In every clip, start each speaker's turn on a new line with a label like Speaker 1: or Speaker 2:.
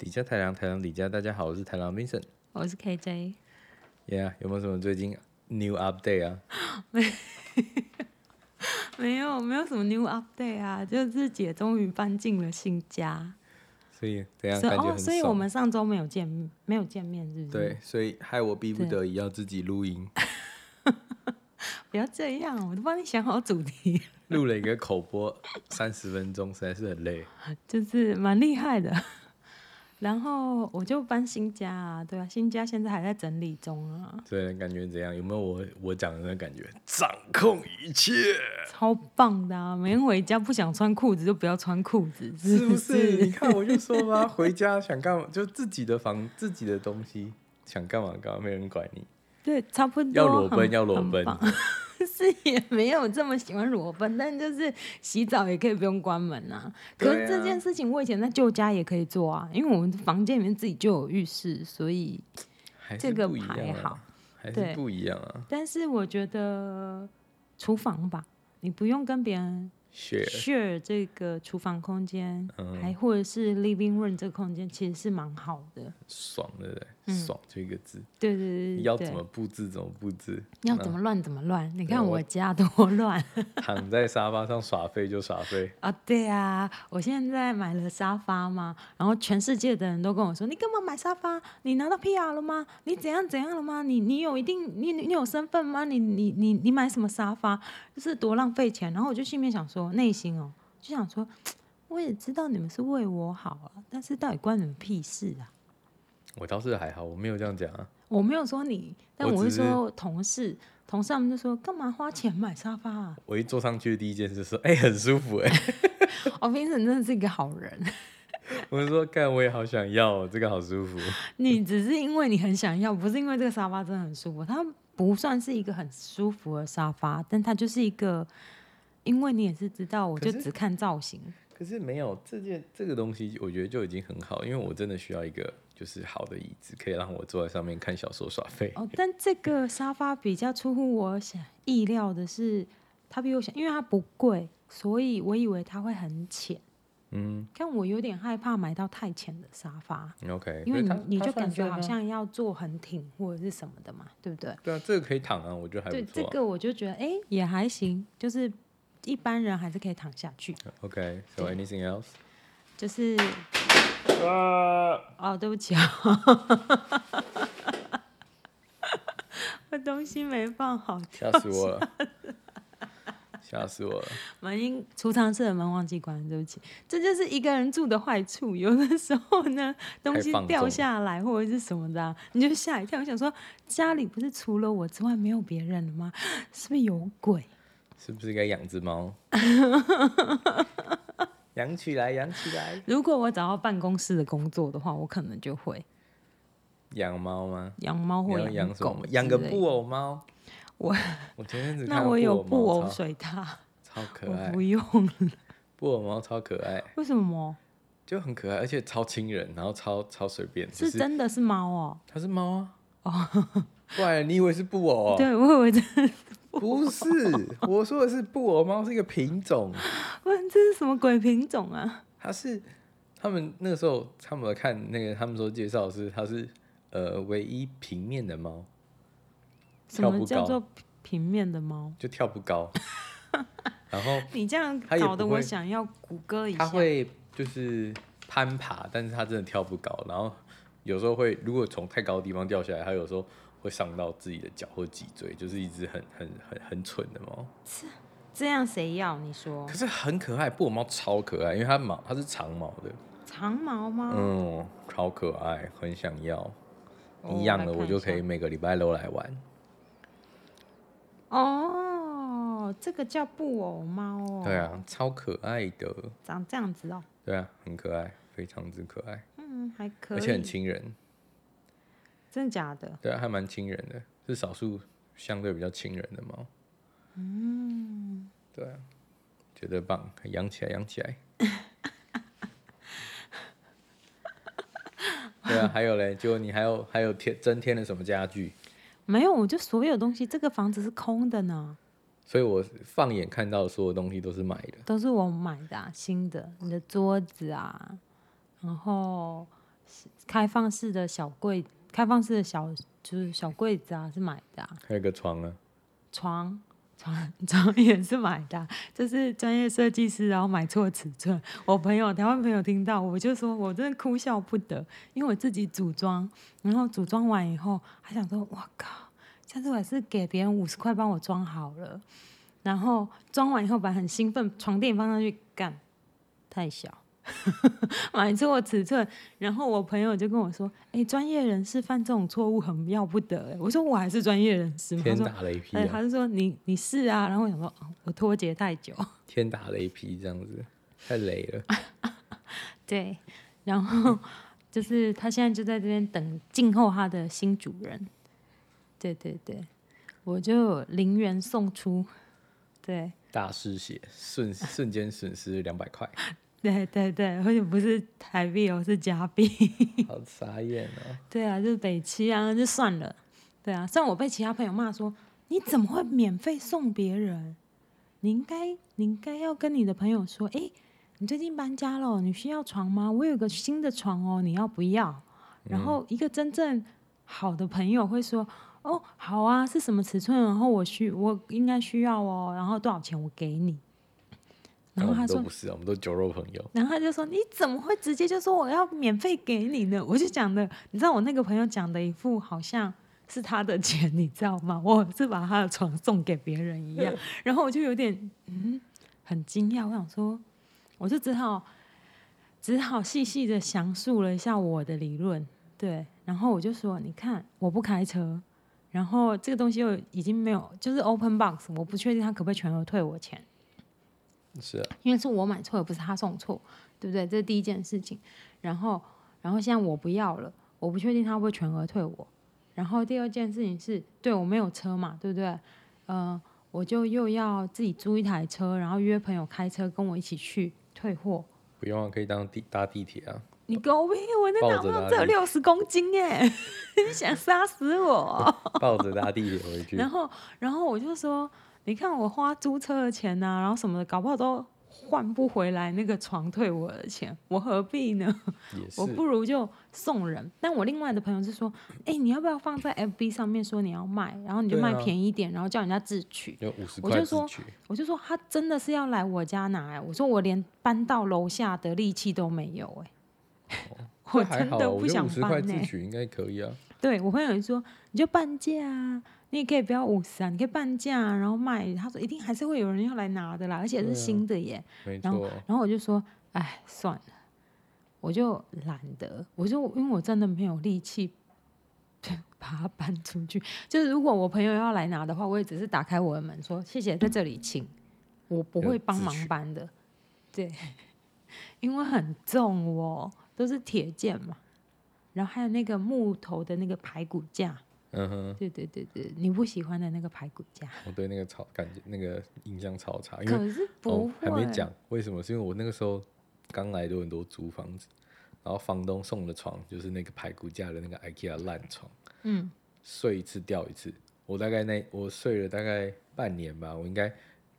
Speaker 1: 李家太郎，太郎李家，大家好，我是太郎 Vincent。
Speaker 2: 我是 KJ，
Speaker 1: Yeah，有没有什么最近 new update 啊？
Speaker 2: 没有没有什么 new update 啊，就是姐终于搬进了新家，
Speaker 1: 所以怎样
Speaker 2: 所以
Speaker 1: 啊感觉
Speaker 2: 哦，
Speaker 1: 很
Speaker 2: 所以
Speaker 1: 爽
Speaker 2: 我们上周没有见面，没有见面，是不是？，
Speaker 1: 对，所以害我逼不
Speaker 2: 对
Speaker 1: 得已要自己录音，
Speaker 2: 不要这样，我都帮你想好主题，
Speaker 1: 录了一个口播三十分钟，实在是很累。
Speaker 2: 就是蛮厉害的。 然后我就搬新家啊，对啊，新家现在还在整理中啊，
Speaker 1: 所以感觉怎样？有没有我我讲的那感觉？掌控一切，呃
Speaker 2: 超棒的啊！每天回家不想穿裤子就不要穿裤子，
Speaker 1: 是
Speaker 2: 不
Speaker 1: 不是？你看我就说 吧，回家想干嘛就自己的房自己的东西，想干嘛干嘛，没人管你。
Speaker 2: 对，差不多。
Speaker 1: 要裸奔
Speaker 2: 很
Speaker 1: 要裸奔，
Speaker 2: 很棒是 也没有这么喜欢裸奔，但就是洗澡也可以不用关门啊。可
Speaker 1: 对啊
Speaker 2: 是这件事情我以前在旧家也可以做啊，因为我们房间里面自己就有浴室，所以
Speaker 1: 还是
Speaker 2: 这个
Speaker 1: 不一样、啊、
Speaker 2: 还好，
Speaker 1: 还是
Speaker 2: 对
Speaker 1: 不一样啊。
Speaker 2: 但是我觉得厨房吧，你不用跟别人
Speaker 1: share
Speaker 2: share 这个厨房空间，
Speaker 1: 啊嗯
Speaker 2: 还或者是 living room 这个空间，其实是蛮好的。
Speaker 1: 爽对不对？
Speaker 2: 嗯
Speaker 1: 爽就一个字，
Speaker 2: 对对对
Speaker 1: 要
Speaker 2: 对
Speaker 1: 怎么
Speaker 2: 对，
Speaker 1: 布置怎么布置，
Speaker 2: 要怎么乱怎么乱，你看
Speaker 1: 我
Speaker 2: 我家多乱。
Speaker 1: 躺在沙发上耍废就耍 废，
Speaker 2: 啊，对啊，我现在买了沙发嘛，然后全世界的人都跟我说，你干嘛买沙发？你拿到 PR 了吗？你怎样怎样了吗？你你有一定你你有身份吗？你你你你买什么沙发？就是多浪费钱。然后我就心里面想说，内心哦，就想说，我也知道你们是为我好啊，但是到底关你们屁事啊？
Speaker 1: 我倒是还好，我没有这样讲啊。
Speaker 2: 我没有说你，但
Speaker 1: 我
Speaker 2: 我是
Speaker 1: 只是
Speaker 2: 说同事，同事他们就说，干嘛花钱买沙发啊？
Speaker 1: 我一坐上去的第一件事是说，哎、很舒服哎、
Speaker 2: 哦，冰神真的是一个好人。
Speaker 1: 我就说，干，我也好想要、哦，这个好舒 服。
Speaker 2: 你只是因为你很想要，不是因为这个沙发真的很舒服。它不算是一个很舒服的沙发，但它就是一个，因为你也是知道，我
Speaker 1: 可
Speaker 2: 就是只看造型。
Speaker 1: 可是没有这件这个东西，我觉得就已经很好，因为我真的需要一个就是好的椅子，可以让我坐在上面看小说耍废。
Speaker 2: 哦，但这个沙发比较出乎我想意料的是，它比我想，因为它不贵，所以我以为它会很浅。
Speaker 1: 嗯
Speaker 2: 但我有点害怕买到太浅的沙发，
Speaker 1: ，OK，
Speaker 2: 因为
Speaker 1: 可是
Speaker 2: 你
Speaker 1: 它
Speaker 2: 你
Speaker 1: 它
Speaker 2: 就
Speaker 1: 算
Speaker 2: 感觉
Speaker 1: 深
Speaker 2: 好
Speaker 1: 啊
Speaker 2: 像要坐很挺或者是什么的嘛，对不对？
Speaker 1: 对啊，这个可以躺啊，我觉得还
Speaker 2: 对
Speaker 1: 不
Speaker 2: 这
Speaker 1: 错、啊。
Speaker 2: 个我就觉得，哎，也还行，就是一般人还是可以躺下去。
Speaker 1: 嗯 OK，so、
Speaker 2: 对
Speaker 1: anything else？
Speaker 2: 就是哦， 对不起啊，我东西没放好，
Speaker 1: 吓死我了！ 吓死我了！
Speaker 2: 门因储藏室的门忘记关了，对不起。这就是一个人住的坏处，有的时候呢，东
Speaker 1: 太
Speaker 2: 西
Speaker 1: 放纵
Speaker 2: 掉下来或者是什么的啊、你就吓一跳。我想说，家里不是除了我之外没有别人了吗？是不是有鬼？
Speaker 1: 是不是该养只猫？ 养起来，养起来！
Speaker 2: 如果我找到办公室的工作的话，我可能就会
Speaker 1: 养猫吗？
Speaker 2: 养猫
Speaker 1: 你
Speaker 2: 或
Speaker 1: 要养什
Speaker 2: 狗
Speaker 1: 么？
Speaker 2: 之
Speaker 1: 养个
Speaker 2: 类的
Speaker 1: 布偶猫。
Speaker 2: 我
Speaker 1: 我前阵子
Speaker 2: 那
Speaker 1: 看
Speaker 2: 我有布
Speaker 1: 布
Speaker 2: 偶
Speaker 1: 偶猫，
Speaker 2: 水獭，
Speaker 1: 超超可
Speaker 2: 我
Speaker 1: 爱
Speaker 2: 不。用了，
Speaker 1: 布偶猫超可爱，
Speaker 2: 为什么？
Speaker 1: 就很可爱，而且超亲人，然后超超随便，就是是
Speaker 2: 真的是猫哦、
Speaker 1: 它是猫啊。不然你以为是布偶、哦？
Speaker 2: 对，我以为这，
Speaker 1: 不 是，我说的是布偶猫是一个品种。
Speaker 2: 我这是什么鬼品种啊？
Speaker 1: 它是他们那个时候他们看那个他们说介绍是它是呃唯一平面的猫，
Speaker 2: 什
Speaker 1: 跳
Speaker 2: 么
Speaker 1: 不
Speaker 2: 叫
Speaker 1: 高
Speaker 2: 做平平面的猫？
Speaker 1: 就跳不 高，然后
Speaker 2: 你这样
Speaker 1: 它也
Speaker 2: 搞得
Speaker 1: 不会
Speaker 2: 我想要谷歌一
Speaker 1: 它
Speaker 2: 下。
Speaker 1: 会就是攀爬，但是它真的跳不高，然后有时候会如果从太高的地方掉下来，它有时候会伤到自己的脚或脊椎，就是一只很很很很蠢的猫。
Speaker 2: 哦这样谁要？你说
Speaker 1: 可是很可爱，布偶猫超可爱，因为它毛它是长毛的，
Speaker 2: 长毛吗？
Speaker 1: 嗯，超可爱，很想要。
Speaker 2: 哦
Speaker 1: 你养了
Speaker 2: 来
Speaker 1: 我
Speaker 2: 看
Speaker 1: 就
Speaker 2: 一下
Speaker 1: 可以每个礼拜都来玩。
Speaker 2: 哦，这个叫布偶猫哦。
Speaker 1: 对，啊，超可爱的，
Speaker 2: 长这样子哦。
Speaker 1: 对啊，很可爱，非常之可爱，
Speaker 2: 嗯，还可以。
Speaker 1: 而且很亲人，
Speaker 2: 真的假的？
Speaker 1: 对啊，还蛮亲人的，是少数相对比较亲人的猫。嗯，
Speaker 2: 嗯
Speaker 1: 对啊，觉得棒，养起来，养起 来。对啊，还有嘞，就你还有还有添增添了什么家具？
Speaker 2: 没有，我就所有东西，这个房子是空的呢，
Speaker 1: 所以我放眼看到所有东西都是买的，
Speaker 2: 都是我买的、啊、新的。你的桌子啊，然后开放式的小柜，开放式的小就是小柜子啊，是买的、啊。
Speaker 1: 还有个床啊，
Speaker 2: 床床床也是买的啊，就是专业设计师，然后买错尺寸。我朋友台湾朋友听到，我就说我真的哭笑不得，因为我自己组装，然后组装完以后，还想说，哇靠，下次我还是给别人五十块帮我装好了。然后装完以后，本来很兴奋，床垫放上去，干，太小， 买错尺寸。然后我朋友就跟我说：“哎、专业人士犯这种错误很要不得。”哎，我说我还是专业人士嘛。他
Speaker 1: 天
Speaker 2: 说
Speaker 1: 打雷劈
Speaker 2: 哎，
Speaker 1: 啊，
Speaker 2: 他就说你你是啊，然后我想说，哦我脱节太久，
Speaker 1: 天打雷劈这样子，太雷了。
Speaker 2: 对，然后就是他现在就在这边等静候他的新主人，对对对，我就零元送出，对
Speaker 1: 大失血，瞬 瞬间损失两百块，
Speaker 2: 对对对，而且不是台币哦，是加币，
Speaker 1: 好傻眼哦！
Speaker 2: 对啊，就是北七啊，就算了，对啊，虽然我被其他朋友骂说你怎么会免费送别人，你应该你应该要跟你的朋友说，诶，你最近搬家了，你需要床吗？我有个新的床哦，你要不要？然后一个真正好的朋友会说，哦，好啊，是什么尺寸？然后我需我应该需要哦，然后多少钱我给你？然
Speaker 1: 但
Speaker 2: 后
Speaker 1: 我们
Speaker 2: 他
Speaker 1: 都
Speaker 2: 说
Speaker 1: 不是啊，我们都酒肉朋友。
Speaker 2: 然后他就说：“你怎么会直接就说我要免费给你呢？”我就讲的，你知道我那个朋友讲的一副好像是他的钱， 你知道吗？我是把他的床送给别人一样，然后我就有点嗯很惊讶，我想说，我就只好只好细细的详述了一下我的理论，对，然后我就说：“你看，我不开车。”然后这个东西又已经没有，就是 open box，我不确定他可不可以全额退我钱。
Speaker 1: 是啊，
Speaker 2: 因为是我买错，不是他送错，对不对？这是第一件事情。然后，然后现在我不要了，我不确定他会不会全额退我。然后第二件事情是，对我没有车嘛，对不对？呃，我就又要自己租一台车，然后约朋友开车跟我一起去退货。
Speaker 1: 不用啊，可以当地搭地铁啊。
Speaker 2: 你狗屁！我那
Speaker 1: 抱
Speaker 2: 脑
Speaker 1: 着他
Speaker 2: 包只有
Speaker 1: 去
Speaker 2: 六十公斤哎， 你想杀死我？
Speaker 1: 抱着搭地铁回去
Speaker 2: 然。后，然后我就说，你看我花租车的钱呐、然后什么的，搞不好都换不回来那个床退我的钱，我何必呢？
Speaker 1: 也是
Speaker 2: 我，不如就送人。但我另外的朋友是说，哎、你要不要放在 FB 上面说你要卖，然后你就
Speaker 1: 对
Speaker 2: 卖
Speaker 1: 啊
Speaker 2: 便宜一点，然后叫人家自取。
Speaker 1: 有五十
Speaker 2: 我
Speaker 1: 块
Speaker 2: 就
Speaker 1: 自
Speaker 2: 说
Speaker 1: 取，
Speaker 2: 我就说他真的是要来我家拿、欸，我说我连搬到楼下的力气都没有、欸， 我
Speaker 1: 这哦还
Speaker 2: 真
Speaker 1: 好
Speaker 2: 的
Speaker 1: 啊，我
Speaker 2: 不
Speaker 1: 觉得
Speaker 2: 想
Speaker 1: 五十
Speaker 2: 搬欸
Speaker 1: 块
Speaker 2: 呢、
Speaker 1: 自取应该可以啊。
Speaker 2: 对我朋友就说，你就半价啊，你也可以不要五十啊，你可以半价、啊，然后卖。他说一定还是会有人要来拿的啦，而且
Speaker 1: 对
Speaker 2: 是
Speaker 1: 啊
Speaker 2: 新的耶。
Speaker 1: 没
Speaker 2: 然后
Speaker 1: 错，
Speaker 2: 然后我就说，哎，算了，我就懒得，我就因为我真的没有力气 把它搬出去。就是如果我朋友要来拿的话，我也只是打开我的门说谢谢，在这里请，我不
Speaker 1: 要
Speaker 2: 会帮
Speaker 1: 自
Speaker 2: 忙
Speaker 1: 取
Speaker 2: 搬的，对， 因为很重哦，都是铁件嘛。然后还有那个木头的那个排骨架，
Speaker 1: 嗯哼，
Speaker 2: 对对对对，你不喜欢的那个排骨架，
Speaker 1: 我对那个超感觉那个印象超差，因为
Speaker 2: 可是不
Speaker 1: 哦，
Speaker 2: 会，
Speaker 1: 还没讲为什么？是因为我那个时候刚来多伦多租房子，然后房东送的床就是那个排骨架的那个 IKEA 烂床，
Speaker 2: 嗯，
Speaker 1: 睡一次掉一次。我大概那我睡了大概半年吧，我应该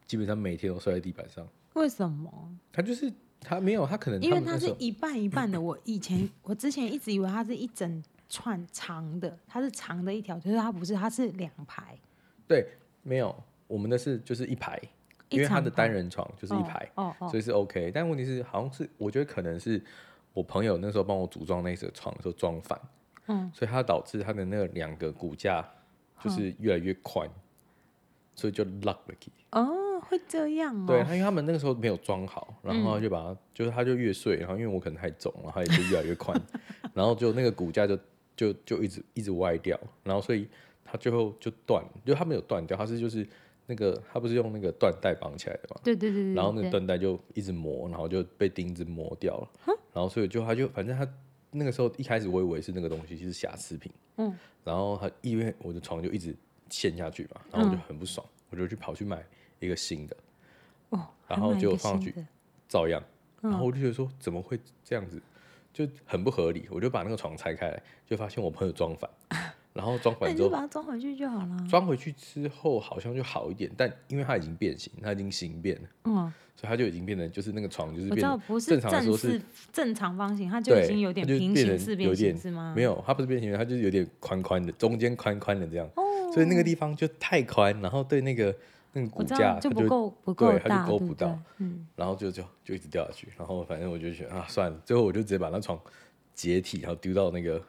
Speaker 1: 基本上每天都睡在地板上。
Speaker 2: 为什么？
Speaker 1: 他就是他没有，他可能
Speaker 2: 因为
Speaker 1: 他们
Speaker 2: 它
Speaker 1: 那时
Speaker 2: 是
Speaker 1: 候
Speaker 2: 一半一半的。我以前我之前一直以为它是一整串长的，它是长的一条，就是它不是，它是两排，
Speaker 1: 对没有，我们的是就是一排，因为他的单人床就是一排，
Speaker 2: 哦哦
Speaker 1: 所以是 OK。但问题是，好像是我觉得可能是我朋友那时候帮我组装那个床的时候装反，
Speaker 2: 嗯，
Speaker 1: 所以它导致它的那两个骨架就是
Speaker 2: 嗯
Speaker 1: 越来越宽，所以就 lock 了起。
Speaker 2: 哦哦，会这样哦。嗯
Speaker 1: 对，他因为他们那个时候没有装好，然后就把它、就是它就越碎，然后因为我可能太重，然后也就越来越 宽，然后就那个骨架就就就一直一直歪掉，然后所以它最后就断，了，就它没有断掉，它是就是那个它不是用那个缎带绑起来的嘛，
Speaker 2: 对对对对，
Speaker 1: 然后那个
Speaker 2: 嗯对
Speaker 1: 缎带就一直磨，然后就被钉子磨掉了。然后所以就他就反正他那个时候一开始我以为是那个东西是瑕疵品，
Speaker 2: 嗯，
Speaker 1: 然后他因为我的床就一直陷下去嘛，然后我就
Speaker 2: 嗯
Speaker 1: 很不爽，我就去跑去买一个新的，
Speaker 2: 哦，
Speaker 1: 然后
Speaker 2: 还买一
Speaker 1: 就
Speaker 2: 个
Speaker 1: 放上
Speaker 2: 新
Speaker 1: 去
Speaker 2: 的
Speaker 1: 照样。然后我就觉得说怎么 会这样子，就很不合理。我就把那个床拆开来，就发现我朋友装反，然后装
Speaker 2: 那
Speaker 1: 反
Speaker 2: 你
Speaker 1: 之
Speaker 2: 就
Speaker 1: 后
Speaker 2: 把它装回去就好了。
Speaker 1: 装回去之后好像就好一点，但因为它已经变形，它已经形变了，
Speaker 2: 嗯，
Speaker 1: 所以它就已经变成就是那个床就是
Speaker 2: 我知
Speaker 1: 变
Speaker 2: 道
Speaker 1: 成
Speaker 2: 不是
Speaker 1: 正常来
Speaker 2: 正
Speaker 1: 说是
Speaker 2: 四正常方形，它就
Speaker 1: 对，
Speaker 2: 已经有点
Speaker 1: 它就
Speaker 2: 平
Speaker 1: 变
Speaker 2: 行
Speaker 1: 成
Speaker 2: 四
Speaker 1: 有
Speaker 2: 边形
Speaker 1: 点
Speaker 2: 是吗？
Speaker 1: 没有，它不是变形，它就是有点宽宽的，中间宽宽的这样，
Speaker 2: 哦，
Speaker 1: 所以那个地方就太宽，然后对那个那个
Speaker 2: 我
Speaker 1: 骨
Speaker 2: 知
Speaker 1: 架
Speaker 2: 道
Speaker 1: 它
Speaker 2: 就
Speaker 1: 就
Speaker 2: 不够不
Speaker 1: 对
Speaker 2: 够
Speaker 1: 它就
Speaker 2: 大，
Speaker 1: 勾
Speaker 2: 对
Speaker 1: 不
Speaker 2: 不对
Speaker 1: 到？
Speaker 2: 嗯，
Speaker 1: 然后就就就一直掉下去，然后反正我就觉得啊算了，最后我就直接把那床解体，然后丢到那个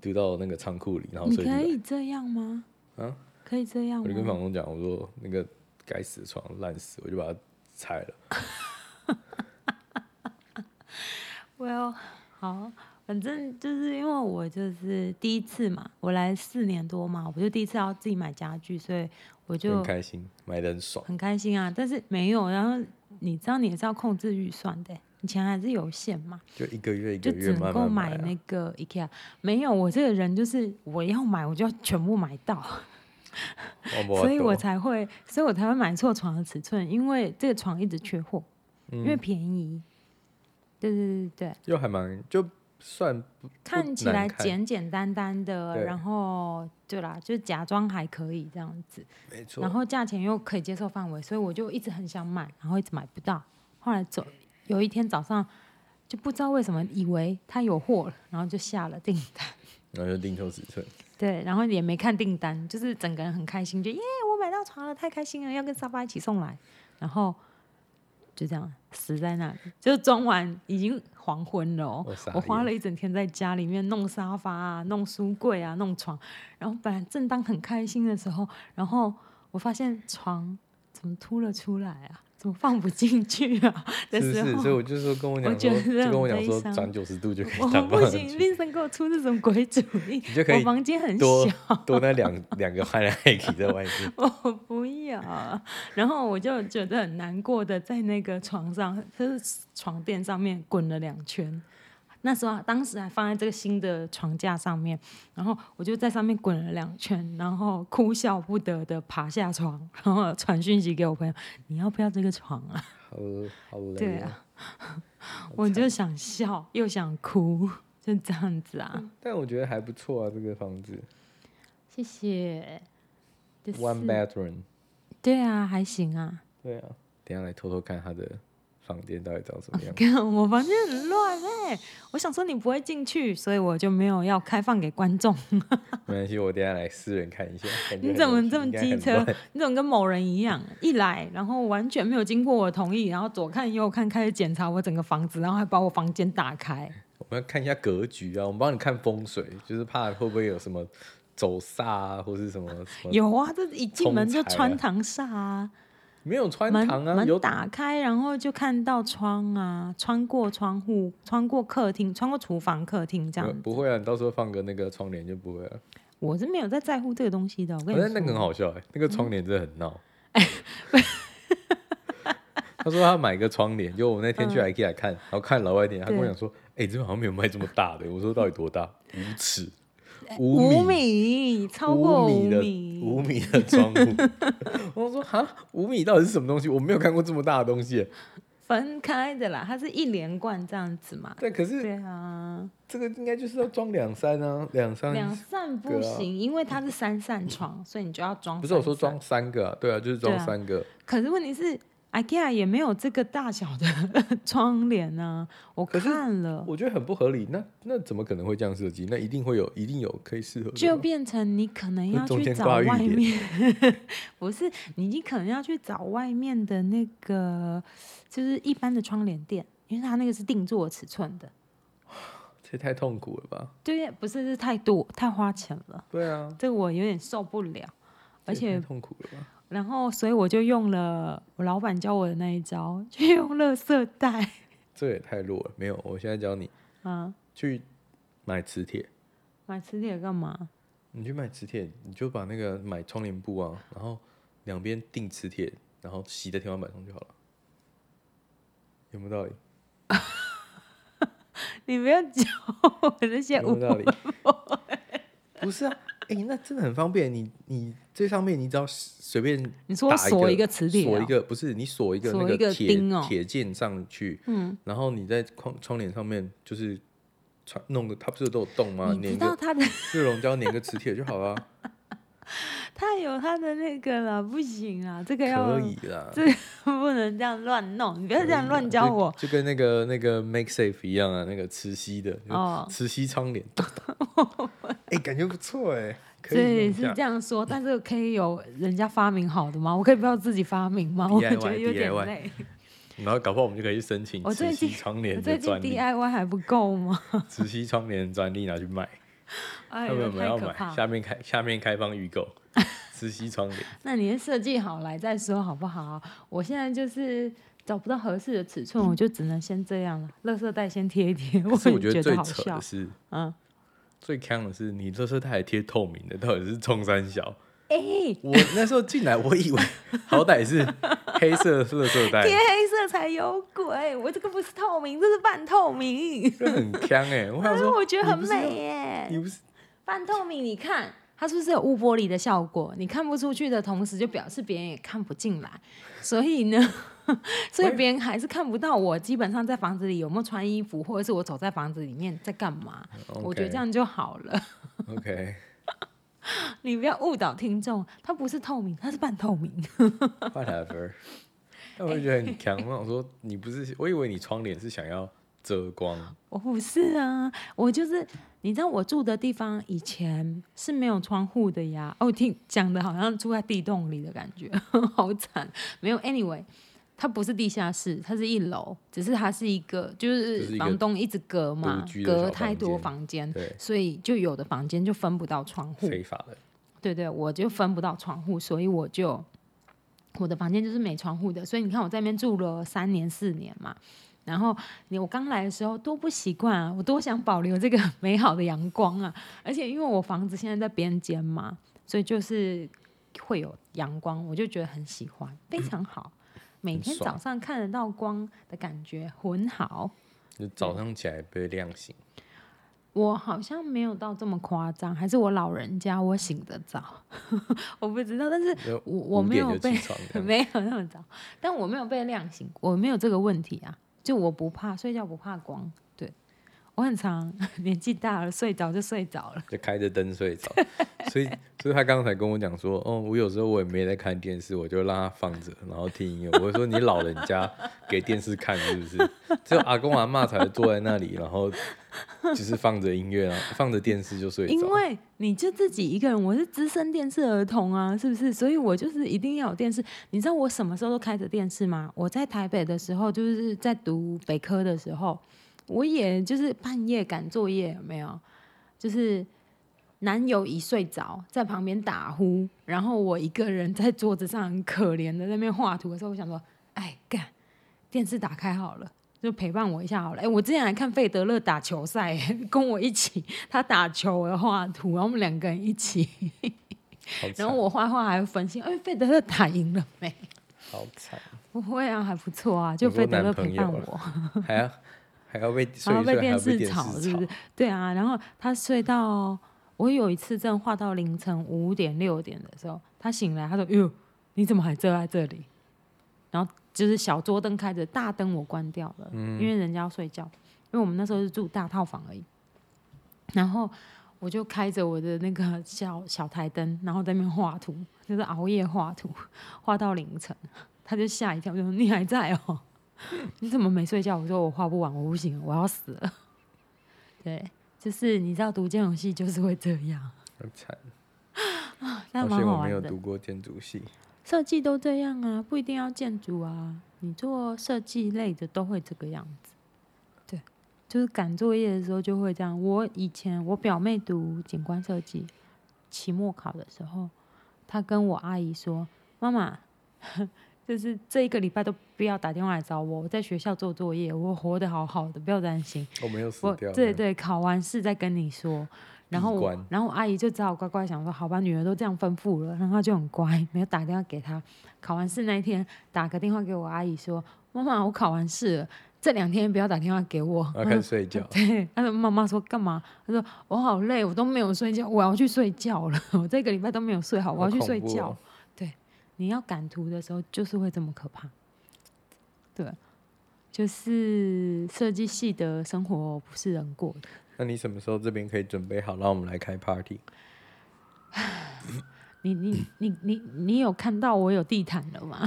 Speaker 1: 丢到那个仓库里，然后
Speaker 2: 你
Speaker 1: 所以就
Speaker 2: 可以啊这样吗？
Speaker 1: 啊，
Speaker 2: 可以这样
Speaker 1: 我就跟
Speaker 2: 吗？
Speaker 1: 房东讲，我说那个该死的床烂死，我就把它拆了。
Speaker 2: Well，好，反正就是因为我就是第一次嘛，我来四年多嘛，我就第一次要自己买家具，所以我
Speaker 1: 很
Speaker 2: 就
Speaker 1: 开心，买的很爽。
Speaker 2: 很开心啊。但是没有，然后你知道你也是要控制预算的，你钱还是有限嘛，
Speaker 1: 就一个月一个
Speaker 2: 就
Speaker 1: 月
Speaker 2: 只能
Speaker 1: 慢
Speaker 2: 够
Speaker 1: 慢
Speaker 2: 买
Speaker 1: 啊
Speaker 2: 那个 IKEA。没有，我这个人就是我要买我就要全部买到，
Speaker 1: 我没办法
Speaker 2: 所以我才会，所以我才会买错床的尺寸，因为这个床一直缺货，
Speaker 1: 嗯
Speaker 2: 因为便宜。对对对对。
Speaker 1: 就还蛮就算
Speaker 2: 看起
Speaker 1: 难
Speaker 2: 来
Speaker 1: 看
Speaker 2: 简简单单的，
Speaker 1: 对
Speaker 2: 然后对啦，就假装还可以这样子，
Speaker 1: 没错
Speaker 2: 然，后价钱又可以接受范围，所以我就一直很想买，然后一直买不到。后来走，有一天早上就不知道为什么以为它有货了，然后就下了订单，
Speaker 1: 然后就定错尺寸，
Speaker 2: 对，然后也没看订单，就是整个人很开心，就耶，我买到床了，太开心了，要跟沙发一起送来，然后。就这样死在那里，就装完已经黄昏了哦
Speaker 1: 我傻
Speaker 2: 我花
Speaker 1: 眼
Speaker 2: 了一整天在家里面弄沙发啊、弄书柜啊、弄床，然后本来正当很开心的时候，然后我发现床怎么凸了出来啊，怎么放不进去啊的
Speaker 1: 是不
Speaker 2: 时
Speaker 1: 是？
Speaker 2: 候，
Speaker 1: 所以我就说跟我
Speaker 2: 我
Speaker 1: 讲
Speaker 2: 觉
Speaker 1: 说，就
Speaker 2: 得
Speaker 1: 跟
Speaker 2: 很
Speaker 1: 我讲
Speaker 2: 悲
Speaker 1: 说
Speaker 2: 伤
Speaker 1: 转九十度就可以
Speaker 2: 我
Speaker 1: 当
Speaker 2: 不
Speaker 1: 饭
Speaker 2: 行，
Speaker 1: 去
Speaker 2: 林生给我出这种鬼主意，
Speaker 1: 你就可以
Speaker 2: 我房间很
Speaker 1: 多
Speaker 2: 小。
Speaker 1: 多那两两个坏来一起在外 面，
Speaker 2: 我哦不要，然后我就觉得很难过的，在那个床上，就是床垫上面滚了两圈。那时候啊当时还放在这个新的床架上面，然后我就在上面滚了两圈，然后哭笑不得的爬下床，然后传讯息给我朋友：“你要不要这个床啊
Speaker 1: 好好？”累
Speaker 2: 对
Speaker 1: 哦。
Speaker 2: 啊， 我就想笑又想哭，就这样子啊。
Speaker 1: 但我觉得还不错啊，这个房子
Speaker 2: 谢谢。这
Speaker 1: ，one
Speaker 2: 是
Speaker 1: bedroom，
Speaker 2: 对啊，还行啊。
Speaker 1: 对啊，等一下来偷偷看他的房间到底长什么样。
Speaker 2: 看我房间很乱哎、我想说你不会进去，所以我就没有要开放给观众。
Speaker 1: 没关系，我等一下来私人看一下。感觉
Speaker 2: 你
Speaker 1: 很
Speaker 2: 怎
Speaker 1: 有
Speaker 2: 么
Speaker 1: 趣
Speaker 2: 这么
Speaker 1: 应该
Speaker 2: 机
Speaker 1: 很
Speaker 2: 车
Speaker 1: 乱？
Speaker 2: 你怎么跟某人一样，一来然后完全没有经过我同意，然后左看右看，开始检查我整个房子，然后还把我房间 打开。
Speaker 1: 我们要看一下格局啊，我们帮你看风水，就是怕会不会有什么走煞啊，或是什么什么
Speaker 2: 有啊，这一进门就
Speaker 1: 冲财啊
Speaker 2: 穿堂煞啊，
Speaker 1: 没有穿
Speaker 2: 门
Speaker 1: 堂啊，有
Speaker 2: 门打开，然后就看到窗啊，穿过窗户，穿过客厅，穿过厨房、客厅这
Speaker 1: 没有
Speaker 2: 样。
Speaker 1: 不会啊，你到时候放个那个窗帘就不会了。
Speaker 2: 我是没有在在乎这个东西的，我跟嗯
Speaker 1: 反
Speaker 2: 你说
Speaker 1: 正。那个很好笑哎、那个窗帘真的很闹。 他说他买个窗帘，就我那天去 IKEA 看，然后看老外店，他跟我
Speaker 2: 嗯对
Speaker 1: 讲说：“哎、这边好像没有卖这么大的。”我说：“到底多大？五尺，
Speaker 2: 呃五
Speaker 1: 五米，
Speaker 2: 米，超过
Speaker 1: 五
Speaker 2: 五
Speaker 1: 的
Speaker 2: 米
Speaker 1: 五米的窗户。” 我说：“哈，五米到底是什么东西？我没有看过这么大的东西。欸
Speaker 2: 分开的啦，它是一连贯这样子嘛”。
Speaker 1: 但可是
Speaker 2: 对啊，
Speaker 1: 这个应该就是要装两扇啊，两扇
Speaker 2: 两扇不行，因为它是三扇床，所以你就要装。
Speaker 1: 不是我说装，三个啊，对啊，就是
Speaker 2: 对
Speaker 1: 装
Speaker 2: 啊
Speaker 1: 三个。
Speaker 2: 可是问题是，IKEA 也没有这个大小的窗帘啊，我
Speaker 1: 可是
Speaker 2: 看了，
Speaker 1: 我觉得很不合理。那那怎么可能会这样设计？那一定会有，一定有可以适合的
Speaker 2: 就
Speaker 1: 吧
Speaker 2: 变成你可能要
Speaker 1: 中
Speaker 2: 去
Speaker 1: 间
Speaker 2: 找
Speaker 1: 挂
Speaker 2: 外
Speaker 1: 玉帘
Speaker 2: 面， 不是你，你可能要去找外面的那个，就是一般的窗帘店，因为它那个是定做尺寸的。
Speaker 1: 这也太痛苦了吧？
Speaker 2: 对，不是是太多太花钱了，
Speaker 1: 对啊，
Speaker 2: 这个我有点受不了，而
Speaker 1: 这也
Speaker 2: 且
Speaker 1: 太痛苦了吧？
Speaker 2: 然后，所以我就用了我老板教我的那一招，就用垃圾袋。
Speaker 1: 这也太弱了。没有，我现在教你
Speaker 2: 啊，
Speaker 1: 去买磁铁，
Speaker 2: 买磁铁干嘛？
Speaker 1: 你去买磁铁，你就把那个买窗帘布啊，然后两边钉磁铁，然后吸在天花板上就好了。有没有道理？
Speaker 2: 你不要教我这些
Speaker 1: 有
Speaker 2: 无
Speaker 1: 没有道理？ 不是啊，哎、那真的很方便。你你最上面你只要随便
Speaker 2: 你说
Speaker 1: 打
Speaker 2: 锁一个磁铁
Speaker 1: 锁一
Speaker 2: 哦
Speaker 1: 个不是你锁一个
Speaker 2: 锁
Speaker 1: 那
Speaker 2: 一个
Speaker 1: 铁
Speaker 2: 钉哦
Speaker 1: 铁件上去，
Speaker 2: 嗯，
Speaker 1: 然后你在窗窗帘上面就是穿弄个，它不是都有洞吗？
Speaker 2: 你知
Speaker 1: 粘
Speaker 2: 道
Speaker 1: 啊个
Speaker 2: 他的
Speaker 1: 热熔胶粘个磁铁就好 了，
Speaker 2: 他有他的那个了，不行啊，这个要
Speaker 1: 可以啦。
Speaker 2: 这 不能这样乱弄，你不要
Speaker 1: 可
Speaker 2: 这样
Speaker 1: 以啊啦
Speaker 2: 乱教
Speaker 1: 就
Speaker 2: 我。
Speaker 1: 就跟那个那个 Make Safe 一样啊，那个磁吸的，就
Speaker 2: 哦
Speaker 1: 磁吸窗 帘，哎、感觉不错哎、可
Speaker 2: 对，
Speaker 1: 以
Speaker 2: 是
Speaker 1: 用一
Speaker 2: 这
Speaker 1: 下。嗯
Speaker 2: 样说，但是可以有人家发明好的吗？我可以不要自己发明吗？我
Speaker 1: DIY
Speaker 2: 觉得有点
Speaker 1: DIY
Speaker 2: 累。
Speaker 1: 然后搞不好我们就可以去申请
Speaker 2: 我最
Speaker 1: 磁吸
Speaker 2: 近
Speaker 1: 窗
Speaker 2: 我
Speaker 1: 帘
Speaker 2: 最
Speaker 1: 的
Speaker 2: 近
Speaker 1: 专利，
Speaker 2: DIY 还不够吗？
Speaker 1: 磁吸窗帘专利拿去卖，
Speaker 2: 哎
Speaker 1: 他们有
Speaker 2: 呦，
Speaker 1: 没有
Speaker 2: 太
Speaker 1: 要
Speaker 2: 可
Speaker 1: 买？
Speaker 2: 怕了！
Speaker 1: 下面开下面开放预购，磁吸窗 帘。
Speaker 2: 那你先设计好来再说好不好？我现在就是找不到合适的尺寸，我就只能先这样了。垃圾袋先贴一贴，
Speaker 1: 可是
Speaker 2: 也
Speaker 1: 我 觉
Speaker 2: 觉
Speaker 1: 得最
Speaker 2: 好
Speaker 1: 扯
Speaker 2: 笑
Speaker 1: 的。是，
Speaker 2: 嗯，
Speaker 1: 最坑的是你垃圾袋还贴透明的，到底是冲三小？
Speaker 2: 哎、
Speaker 1: 我那时候进来，我以为好歹是黑色垃圾 袋
Speaker 2: 贴，黑色才有鬼！我这个不是透明，这是半透明。
Speaker 1: 这很坑哎、我想
Speaker 2: 但是
Speaker 1: 说，
Speaker 2: 我觉得
Speaker 1: 你
Speaker 2: 很
Speaker 1: 不是要
Speaker 2: 美耶，
Speaker 1: 你不是
Speaker 2: 半透明，你看它是不是有雾玻璃的效果？你看不出去的同时，就表示别人也看不进来，所以呢， 所以别人还是看不到我基本上在房子里有没有穿衣服，或者是我走在房子里面在干嘛。我觉得这样就好了，
Speaker 1: OK？
Speaker 2: 你不要误导听众，它不是透明，它是半透明。
Speaker 1: Whatever，但我就觉得很强。我想说，你不是，我以为你窗帘是想要遮光，
Speaker 2: 我不是啊，我就是你知道我住的地方以前是没有窗户的呀。哦，听讲的好像住在地洞里的感觉， 好惨。没有，anyway，它不是地下室，它是一楼，只是它是一个就
Speaker 1: 就是是一个
Speaker 2: 房东一直隔嘛
Speaker 1: 独居，的小
Speaker 2: 隔太多
Speaker 1: 房
Speaker 2: 房间，
Speaker 1: 对，
Speaker 2: 所以就有的房间就分不到窗户。
Speaker 1: 非法的。
Speaker 2: 对对，我就分不到窗户，所以我就我的房间就是没窗户的。所以你看我在那边住了三年四年嘛，然后你我刚来的时候多不习惯啊，我多想保留这个 美好的阳光啊！而且因为我房子现在在边间嘛，所以就是会有阳光，我就觉得很喜欢，非 常好。每
Speaker 1: 很
Speaker 2: 天
Speaker 1: 爽
Speaker 2: 早上看得到光的感觉很好，
Speaker 1: 就早上起来被亮醒，
Speaker 2: 我好像没有到这么夸张，还是我老人家我醒得早， 我不知道，但是
Speaker 1: 就
Speaker 2: 我我
Speaker 1: 五
Speaker 2: 没
Speaker 1: 点
Speaker 2: 有
Speaker 1: 就
Speaker 2: 被
Speaker 1: 起嗯床这样
Speaker 2: 没有那么早，但我没有被亮醒，我没有这个问题啊，就我不怕睡觉不怕光，对我很常 年纪大了睡着就睡着了，
Speaker 1: 就开着灯睡 着。所以，所以他刚才跟我讲说，哦，我有时候我也没在看电视，我就让他放着，然后听音乐。我就说你老人家给电视看是不是？ 只有阿公阿嬷才会坐在那里，然后就是放着音乐， 然后放着电视就睡着。
Speaker 2: 因为你就自己一个人，我是资深电视儿童啊，是不是？所以我就是一定要有电视。你知道我什么时候都开着电视吗？我在台北的时候，就是在读北科的时候，我也就是半夜赶作业，有没有？就是男友已睡着，在旁边打呼，然后我一个人在桌子上很可怜的在那边画图的时候，我想说，哎干，电视打开好了。就陪伴我一下好了。哎、我之前还看费德勒打球赛， 跟我一起，他打球，我画图，然后我们两个人一起，
Speaker 1: 好惨
Speaker 2: 然后我画画还会分心。哎，费德勒打赢了没？
Speaker 1: 好惨，
Speaker 2: 不会啊，还不错啊，就
Speaker 1: 你说
Speaker 2: 费德勒
Speaker 1: 男朋
Speaker 2: 陪伴
Speaker 1: 友啊
Speaker 2: 我。
Speaker 1: 还要还要被睡
Speaker 2: 然后
Speaker 1: 一睡，还
Speaker 2: 电
Speaker 1: 要被
Speaker 2: 视
Speaker 1: 电视
Speaker 2: 吵，是不是？对啊，然后他睡到我有一次正画到凌晨五点六点的时候，他醒来，他说：“哟，你怎么还坐在这里？”然后就是小桌灯开着，大灯我关掉了，
Speaker 1: 嗯
Speaker 2: 因为人家要睡觉，因为我们那时候是住大套房而已。然后我就开着我的那个小小台灯，然后在那边画图，就是熬夜画图，画到凌晨，他就吓一跳，就说：“你还在哦？你怎么没睡觉？”我说：“我画不完，我不行，我要死了。”对，就是你知道读建筑系就是会这样，
Speaker 1: 好惨。
Speaker 2: 但
Speaker 1: 好
Speaker 2: 蛮
Speaker 1: 险
Speaker 2: 好
Speaker 1: 我没有
Speaker 2: 玩的
Speaker 1: 读。过建筑系，
Speaker 2: 设计都这样啊，不一定要建筑啊，你做设计类的都会这个样子。对，就是赶作业的时候就会这样。我以前我表妹读景观设计，期末考的时候，她跟我阿姨说：“妈妈， 就是这一个礼拜都不要打电话来找我，我在学校做作业，我活得好好的，不要担心。”
Speaker 1: 我没有死
Speaker 2: 我
Speaker 1: 掉。
Speaker 2: 对，对，考完试再跟你说。然后
Speaker 1: 闭
Speaker 2: 我
Speaker 1: 关，
Speaker 2: 然后我阿姨就只好乖乖想说，好吧，女儿都这样吩咐了，然后她就很乖，没有打电话给她。考完试那一天，打个电话给我阿姨说，妈妈，我考完试了，这两天不要打电话给我。
Speaker 1: 然后开始睡觉。
Speaker 2: 对，她说妈妈说干嘛？她说我好累，我都没有睡觉，我要去睡觉了，我这个礼拜都没有睡好，我
Speaker 1: 好
Speaker 2: 要去
Speaker 1: 恐
Speaker 2: 睡
Speaker 1: 怖
Speaker 2: 觉。
Speaker 1: 哦
Speaker 2: 对，你要赶图的时候就是会这么可怕。对，就是设计系的生活不是人过的。
Speaker 1: 那你什么时候这边可以准备好，让我们来开 party？
Speaker 2: 你你你你你有看到我有地毯了吗？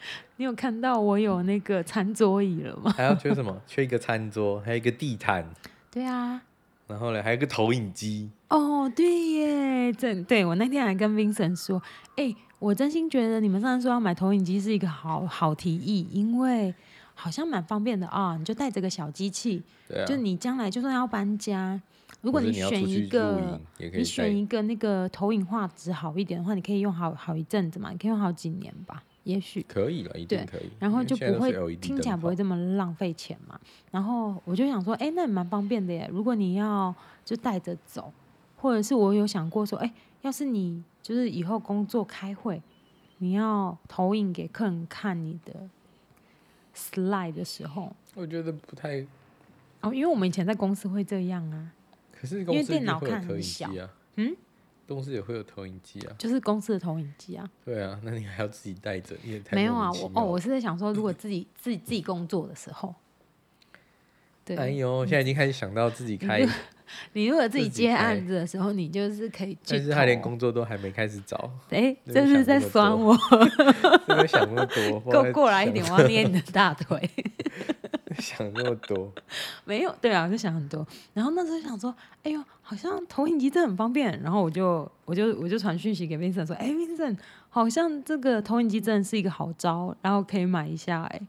Speaker 2: 你有看到我有那个餐桌椅了吗？
Speaker 1: 还要缺什么？缺一个餐桌，还有一个地毯，
Speaker 2: 对啊，
Speaker 1: 然后呢，还有一个投影机。
Speaker 2: 哦，对耶，真对我那天还跟 Vincent 说，哎、我真心觉得你们上次说要买投影机是一个好好提议，因为好像蛮方便的啊、你就带着个小机器，
Speaker 1: 对啊，
Speaker 2: 就你将来就算要搬家，如果
Speaker 1: 或者你要
Speaker 2: 选
Speaker 1: 出去露
Speaker 2: 一个
Speaker 1: 营，也可
Speaker 2: 你
Speaker 1: 以
Speaker 2: 选
Speaker 1: 带。
Speaker 2: 一个那个投影画质好一点的话，你可以用好好一阵子嘛，你可以用好几年吧，也许。
Speaker 1: 可以了，一定
Speaker 2: 对
Speaker 1: 可以。
Speaker 2: 然后
Speaker 1: 因为
Speaker 2: 就
Speaker 1: 现在
Speaker 2: 不
Speaker 1: 都
Speaker 2: 会
Speaker 1: 是 LED
Speaker 2: 听起来
Speaker 1: 灯
Speaker 2: 不会
Speaker 1: 泡
Speaker 2: 这么浪费钱嘛。然后我就想说，哎，那也蛮方便的耶。如果你要就带着走，或者是我有想过说，哎，要是你就是以后工作开会，你要投影给客人看你的 slide 的时候，
Speaker 1: 我觉得不太，
Speaker 2: 哦，因为我们以前在公司会这样啊，
Speaker 1: 可是
Speaker 2: 因
Speaker 1: 公
Speaker 2: 为
Speaker 1: 司一
Speaker 2: 电
Speaker 1: 定
Speaker 2: 脑
Speaker 1: 会有
Speaker 2: 看
Speaker 1: 投
Speaker 2: 很
Speaker 1: 影
Speaker 2: 小
Speaker 1: 机啊。
Speaker 2: 嗯，
Speaker 1: 公司也会有投影机啊。
Speaker 2: 就是公司的投影机啊。
Speaker 1: 对啊， 那你还要自己带着，也太
Speaker 2: 没有
Speaker 1: 莫
Speaker 2: 啊，
Speaker 1: 名其
Speaker 2: 我哦，
Speaker 1: 妙
Speaker 2: 我
Speaker 1: 了。
Speaker 2: 是在想说，如果自己自己自己工作的时候，对，
Speaker 1: 哎呦，现在已经开始想到自己开，
Speaker 2: 你如果自己
Speaker 1: 自己
Speaker 2: 接
Speaker 1: 开
Speaker 2: 案子的时候，你就是可以去
Speaker 1: 但是
Speaker 2: 投。
Speaker 1: 他连工作都还没开始找，
Speaker 2: 哎，
Speaker 1: 没
Speaker 2: 这是
Speaker 1: 想
Speaker 2: 在
Speaker 1: 那么
Speaker 2: 酸
Speaker 1: 多
Speaker 2: 我，
Speaker 1: 没有想那么 多，不知道
Speaker 2: 够
Speaker 1: 在
Speaker 2: 过来一点，我要捏你的大 腿。
Speaker 1: 想那么多。
Speaker 2: 没有，对啊，我就想很多。然后那时候想说，哎呦，好像投影机真的很方便。然后我就我就我就传讯息给 Vincent 说，哎，Vincent，好像这个投影机真的是一个好招，然后可以买一下哎。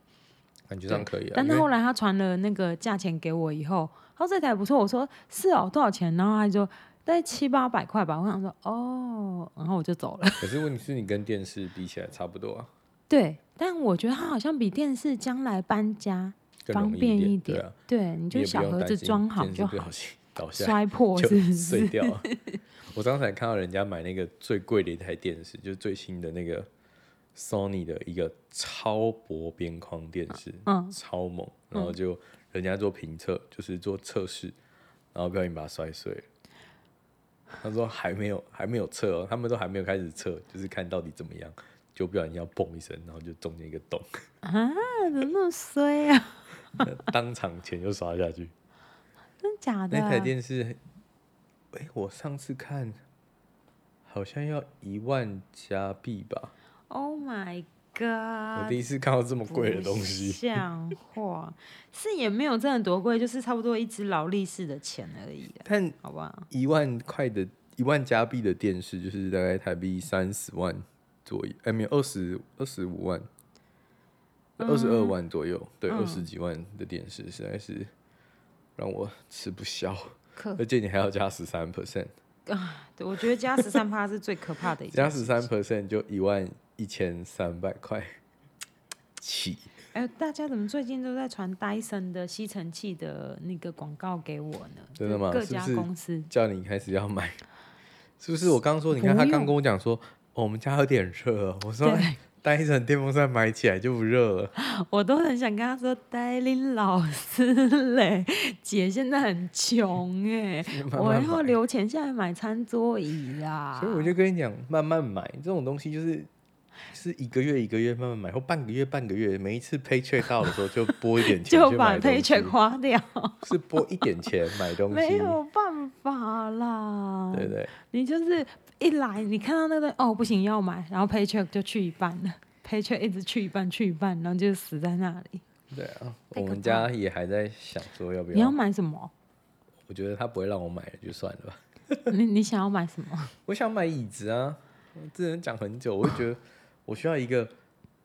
Speaker 1: 感觉
Speaker 2: 对
Speaker 1: 上可以啊，
Speaker 2: 但
Speaker 1: 因
Speaker 2: 他
Speaker 1: 为
Speaker 2: 后来他传了那个价钱给我以后，他说这台不错，我说是哦，多少钱？然后他就大概七八百块吧。我想说哦，然后我就走了。
Speaker 1: 可是问题是你跟电视比起来差不多啊，
Speaker 2: 对，但我觉得它好像比电视将来搬家
Speaker 1: 更
Speaker 2: 方
Speaker 1: 容易
Speaker 2: 便
Speaker 1: 一
Speaker 2: 一
Speaker 1: 点，对啊，
Speaker 2: 对，你
Speaker 1: 也
Speaker 2: 就
Speaker 1: 不
Speaker 2: 小
Speaker 1: 用
Speaker 2: 盒
Speaker 1: 担
Speaker 2: 子
Speaker 1: 心
Speaker 2: 装好
Speaker 1: 电视
Speaker 2: 就
Speaker 1: 不
Speaker 2: 好
Speaker 1: 小，心倒下
Speaker 2: 摔破
Speaker 1: 就是
Speaker 2: 不
Speaker 1: 碎
Speaker 2: 是？
Speaker 1: 掉了。我刚才看到人家买那个最贵的一台电视，就是最新的那个 Sony 的一个超薄边框电视，
Speaker 2: 嗯
Speaker 1: 超猛。然后就人家做评测，就是做测试，然后不小心把它摔碎了。他说还没有还没有测哦，他们都还没有开始测，就是看到底怎么样，就不小心要嘣一声，然后就中间一个洞，
Speaker 2: 啊， 怎么那么衰啊？
Speaker 1: 当场钱就刷下去。
Speaker 2: 真假的
Speaker 1: 那
Speaker 2: 啊？
Speaker 1: 台电视，哎、我上次看好像要一万加币吧，
Speaker 2: ？Oh my
Speaker 1: 我
Speaker 2: god！
Speaker 1: 第一次看到这么贵的
Speaker 2: 啊不
Speaker 1: 东西。
Speaker 2: 像话是也没有真的多贵，就是差不多一只劳力士的钱而已啊，
Speaker 1: 但
Speaker 2: 好不好？
Speaker 1: 一万块的、一万加币的电视，就是大概台币三十万左右，哎、没有二十二十五万，
Speaker 2: 嗯
Speaker 1: 二十二万左右，对，二十、几万的电视，实在是让我吃不消，
Speaker 2: 可
Speaker 1: 而且你还要加十三 percent，
Speaker 2: 对我觉得加十三趴是最可怕的一件
Speaker 1: 加十三 percent 就一万一千三百块起。
Speaker 2: 哎，大家怎么最近都在传戴森的吸尘器的那个广告给我呢？
Speaker 1: 真
Speaker 2: 就
Speaker 1: 的吗
Speaker 2: 各
Speaker 1: 是不
Speaker 2: 家
Speaker 1: 是
Speaker 2: 公司
Speaker 1: 叫你开始要买，是不是？我刚说，你看
Speaker 2: 不
Speaker 1: 他
Speaker 2: 用
Speaker 1: 刚跟我讲说、哦我们家有点热，我说
Speaker 2: 对
Speaker 1: 带一层电风扇买起来就不热了。
Speaker 2: 我都很想跟他说，戴琳老师嘞，姐现在很穷哎、
Speaker 1: 慢
Speaker 2: 我
Speaker 1: 慢
Speaker 2: 要
Speaker 1: 买
Speaker 2: 留钱下来买餐桌椅啊啦。
Speaker 1: 所以我就跟你讲，慢慢买这种东西就是。是一个月一个月慢慢买，或半个月半个月，每一次 paycheck 到的时候就拨一点钱
Speaker 2: 就
Speaker 1: 去
Speaker 2: 把
Speaker 1: 买东西
Speaker 2: paycheck 花掉，
Speaker 1: 是拨一点钱买东西，
Speaker 2: 没有办法啦。
Speaker 1: 对不对？
Speaker 2: 你就是一来你看到那个哦不行要买，然后 paycheck 就去一半了，paycheck 一直去一半去一半，然后就死在那里。
Speaker 1: 对啊，
Speaker 2: 太
Speaker 1: 我
Speaker 2: 可
Speaker 1: 们
Speaker 2: 怕
Speaker 1: 家也还在想说要不
Speaker 2: 你要
Speaker 1: 要，
Speaker 2: 买什么？
Speaker 1: 我觉得他不会让我买了，就算了吧。
Speaker 2: 你你想要买什么？
Speaker 1: 我想买椅子啊，我之前讲很久，我就觉得我需要一个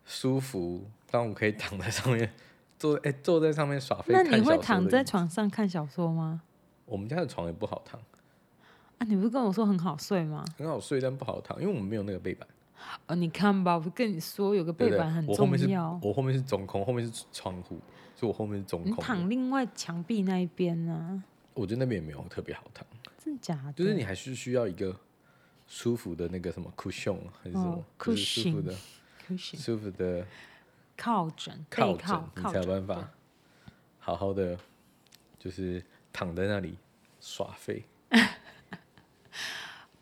Speaker 1: 舒服，让我可以躺在上面坐，哎、坐在上面耍 飞。
Speaker 2: 那
Speaker 1: 看小
Speaker 2: 你会
Speaker 1: 说
Speaker 2: 躺
Speaker 1: 的
Speaker 2: 在
Speaker 1: 椅子？
Speaker 2: 床上看小说吗？
Speaker 1: 我们家的床也不好躺，
Speaker 2: 啊，你不是跟我说很好睡吗？
Speaker 1: 很好睡，但不好躺，因为我们没有那个背板。
Speaker 2: 哦，你看吧，我跟你说，有个
Speaker 1: 对不
Speaker 2: 背
Speaker 1: 对
Speaker 2: 板很
Speaker 1: 我后
Speaker 2: 重
Speaker 1: 面是，
Speaker 2: 要。
Speaker 1: 我后面是中空，后面是窗户，所以我后面是中
Speaker 2: 你
Speaker 1: 空的。
Speaker 2: 躺另外墙壁那一边呢、
Speaker 1: 我觉得那边也没有特别好躺，
Speaker 2: 真假的？
Speaker 1: 就是你还是需要一个舒服的那个什么 cushion 还是什么
Speaker 2: 哦，
Speaker 1: 就是舒服
Speaker 2: cushion
Speaker 1: 的
Speaker 2: 不行
Speaker 1: 舒服的
Speaker 2: 靠枕、背
Speaker 1: 靠枕
Speaker 2: 靠，
Speaker 1: 你
Speaker 2: 靠
Speaker 1: 才有
Speaker 2: 枕
Speaker 1: 办法好好的，就是躺在那里耍废。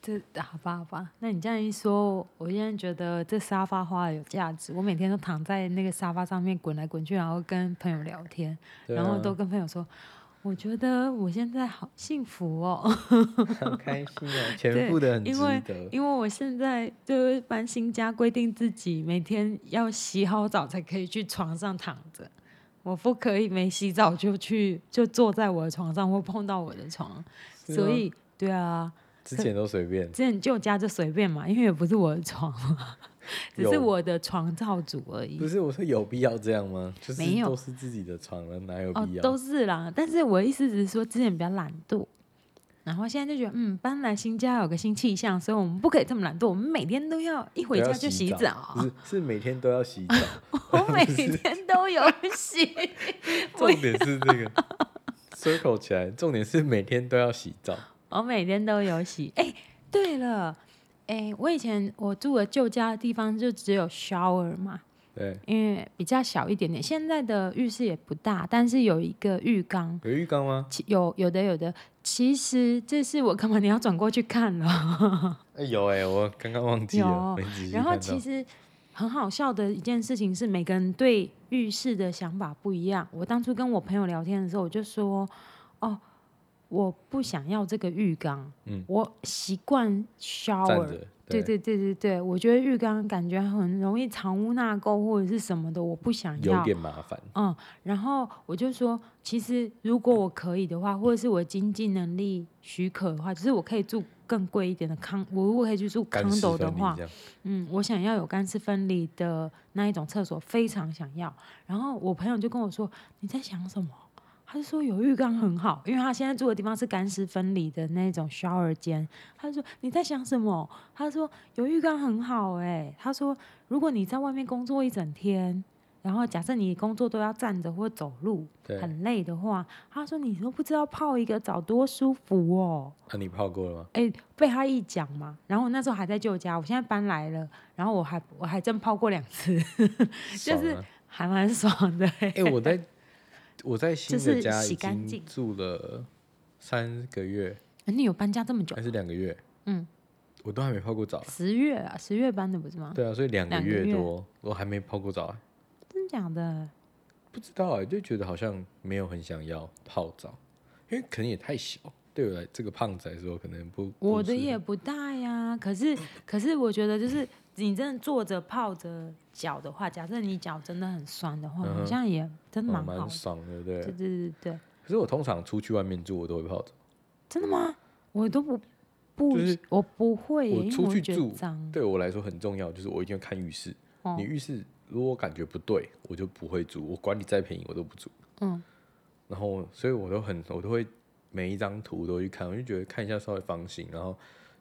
Speaker 2: 这好吧，好吧。那你这样一说，我现在觉得这沙发花的有价值。我每天都躺在那个沙发上面滚来滚去，然后跟朋友聊天，
Speaker 1: 对
Speaker 2: 然后
Speaker 1: 啊
Speaker 2: 都跟朋友说，我觉得我现在好幸福哦，
Speaker 1: 好开心 哦，钱付的很值
Speaker 2: 因为
Speaker 1: 得。
Speaker 2: 因为我现在就是搬新家，规定自己每天要洗好澡才可以去床上躺着，我不可以没洗澡就去就坐在我的床上或碰到我的床，
Speaker 1: 是
Speaker 2: 所
Speaker 1: 吗
Speaker 2: 以对啊，
Speaker 1: 之前都随便，
Speaker 2: 之前旧家就随便嘛，因为也不是我的床 嘛，只是
Speaker 1: 有
Speaker 2: 我的床罩组而已
Speaker 1: 不。是我说有必要这样吗？就是
Speaker 2: 没有
Speaker 1: 都是自己的床了，哪有
Speaker 2: 哦
Speaker 1: 必，要？
Speaker 2: 都是啦。但是我的意思只是说，之前比较懒惰，然后现在就觉得，嗯，搬来新家有个新气象，所以我们不可以这么懒惰，我们每天都要一
Speaker 1: 都
Speaker 2: 回
Speaker 1: 要
Speaker 2: 家就洗
Speaker 1: 澡，
Speaker 2: 澡
Speaker 1: 不。是是每天都要 洗澡，
Speaker 2: 我每天都有洗，
Speaker 1: 重点是这个 circle 起来，重点是每天都要洗澡。
Speaker 2: 我每天都有洗。哎、对了，哎、我以前我住的旧家的地方就只有 shower 嘛，
Speaker 1: 对，
Speaker 2: 因为比较小一点点。现在的浴室也不大，但是有一个浴缸，
Speaker 1: 有浴缸吗？
Speaker 2: 其有有的有的。其实这是我干嘛？你要转过去看了。
Speaker 1: 哎有哎，我刚刚忘记了，
Speaker 2: 有
Speaker 1: 没仔细
Speaker 2: 然后
Speaker 1: 看
Speaker 2: 其
Speaker 1: 到。
Speaker 2: 实很好笑的一件事情是，每个人对浴室的想法不一样。我当初跟我朋友聊天的时候，我就说：“哦，我不想要这个浴缸，
Speaker 1: 嗯
Speaker 2: 我习惯
Speaker 1: 站
Speaker 2: shower。”
Speaker 1: 着，
Speaker 2: 对对对对对，我觉得浴缸感觉很容易藏污纳垢或者是什么的，我不想要。
Speaker 1: 有点麻烦。
Speaker 2: 嗯，然后我就说，其实如果我可以的话，或者是我经济能力许可的话，就是我可以住更贵一点的康，我如果可以去住
Speaker 1: 干
Speaker 2: 康
Speaker 1: 湿
Speaker 2: 斗
Speaker 1: 分
Speaker 2: 的
Speaker 1: 离
Speaker 2: 话
Speaker 1: 这，样，
Speaker 2: 嗯，我想要有干湿分离的那一种厕所，非常想要。然后我朋友就跟我说：“你在想什么？”他就说有浴缸很好，因为他现在住的地方是干湿分离的那种 shower 间。他就说你在想什么？他说有浴缸很好哎、他说如果你在外面工作一整天，然后假设你工作都要站着或走路，
Speaker 1: 对，
Speaker 2: 很累的话，他说你都不知道泡一个澡多舒服哦。
Speaker 1: 那啊你泡过了吗？
Speaker 2: 哎、被他一讲嘛，然后我那时候还在旧家，我现在搬来了，然后我还我还真泡过两次， 就
Speaker 1: 爽
Speaker 2: 是
Speaker 1: 啊
Speaker 2: 还蛮爽的、 欸。
Speaker 1: 哎、我在我在新
Speaker 2: 就是
Speaker 1: 的家
Speaker 2: 洗
Speaker 1: 已
Speaker 2: 干
Speaker 1: 经
Speaker 2: 净
Speaker 1: 住了三个月
Speaker 2: 你有搬家这么久
Speaker 1: 还？是两个月，
Speaker 2: 嗯，
Speaker 1: 我都还没泡过澡。
Speaker 2: 十月啊，十月搬的不是吗？
Speaker 1: 对啊，所以两个
Speaker 2: 两个
Speaker 1: 月
Speaker 2: 月
Speaker 1: 多我还没泡过澡、
Speaker 2: 真假的？
Speaker 1: 不知道哎、就觉得好像没有很想要泡澡，因为可能也太小，对我来这个胖子来说可能不。不
Speaker 2: 我的
Speaker 1: 是
Speaker 2: 也不大呀，可是可是我觉得就是你真的坐着泡着脚的话，假设你脚真的很酸的话，
Speaker 1: 嗯
Speaker 2: 好
Speaker 1: 哼
Speaker 2: 像也真
Speaker 1: 哦
Speaker 2: 蛮好
Speaker 1: 蛮
Speaker 2: 的。
Speaker 1: 爽的，对不
Speaker 2: 对对
Speaker 1: 对。
Speaker 2: 对对对，
Speaker 1: 可是我通常出去外面住，我都会泡澡。
Speaker 2: 真的吗？我都不不，
Speaker 1: 就是
Speaker 2: 我不会耶、
Speaker 1: 我
Speaker 2: 因为
Speaker 1: 出
Speaker 2: 我
Speaker 1: 去
Speaker 2: 觉得
Speaker 1: 住
Speaker 2: 脏。
Speaker 1: 对我来说很重要，就是我一定要看浴室。
Speaker 2: 哦
Speaker 1: 你浴室如果我感觉不对，我就不会住，我管你再便宜我都不住。
Speaker 2: 嗯，
Speaker 1: 然后所以我都很我都会每一张图都去看，我就觉得看一下稍微方形，然后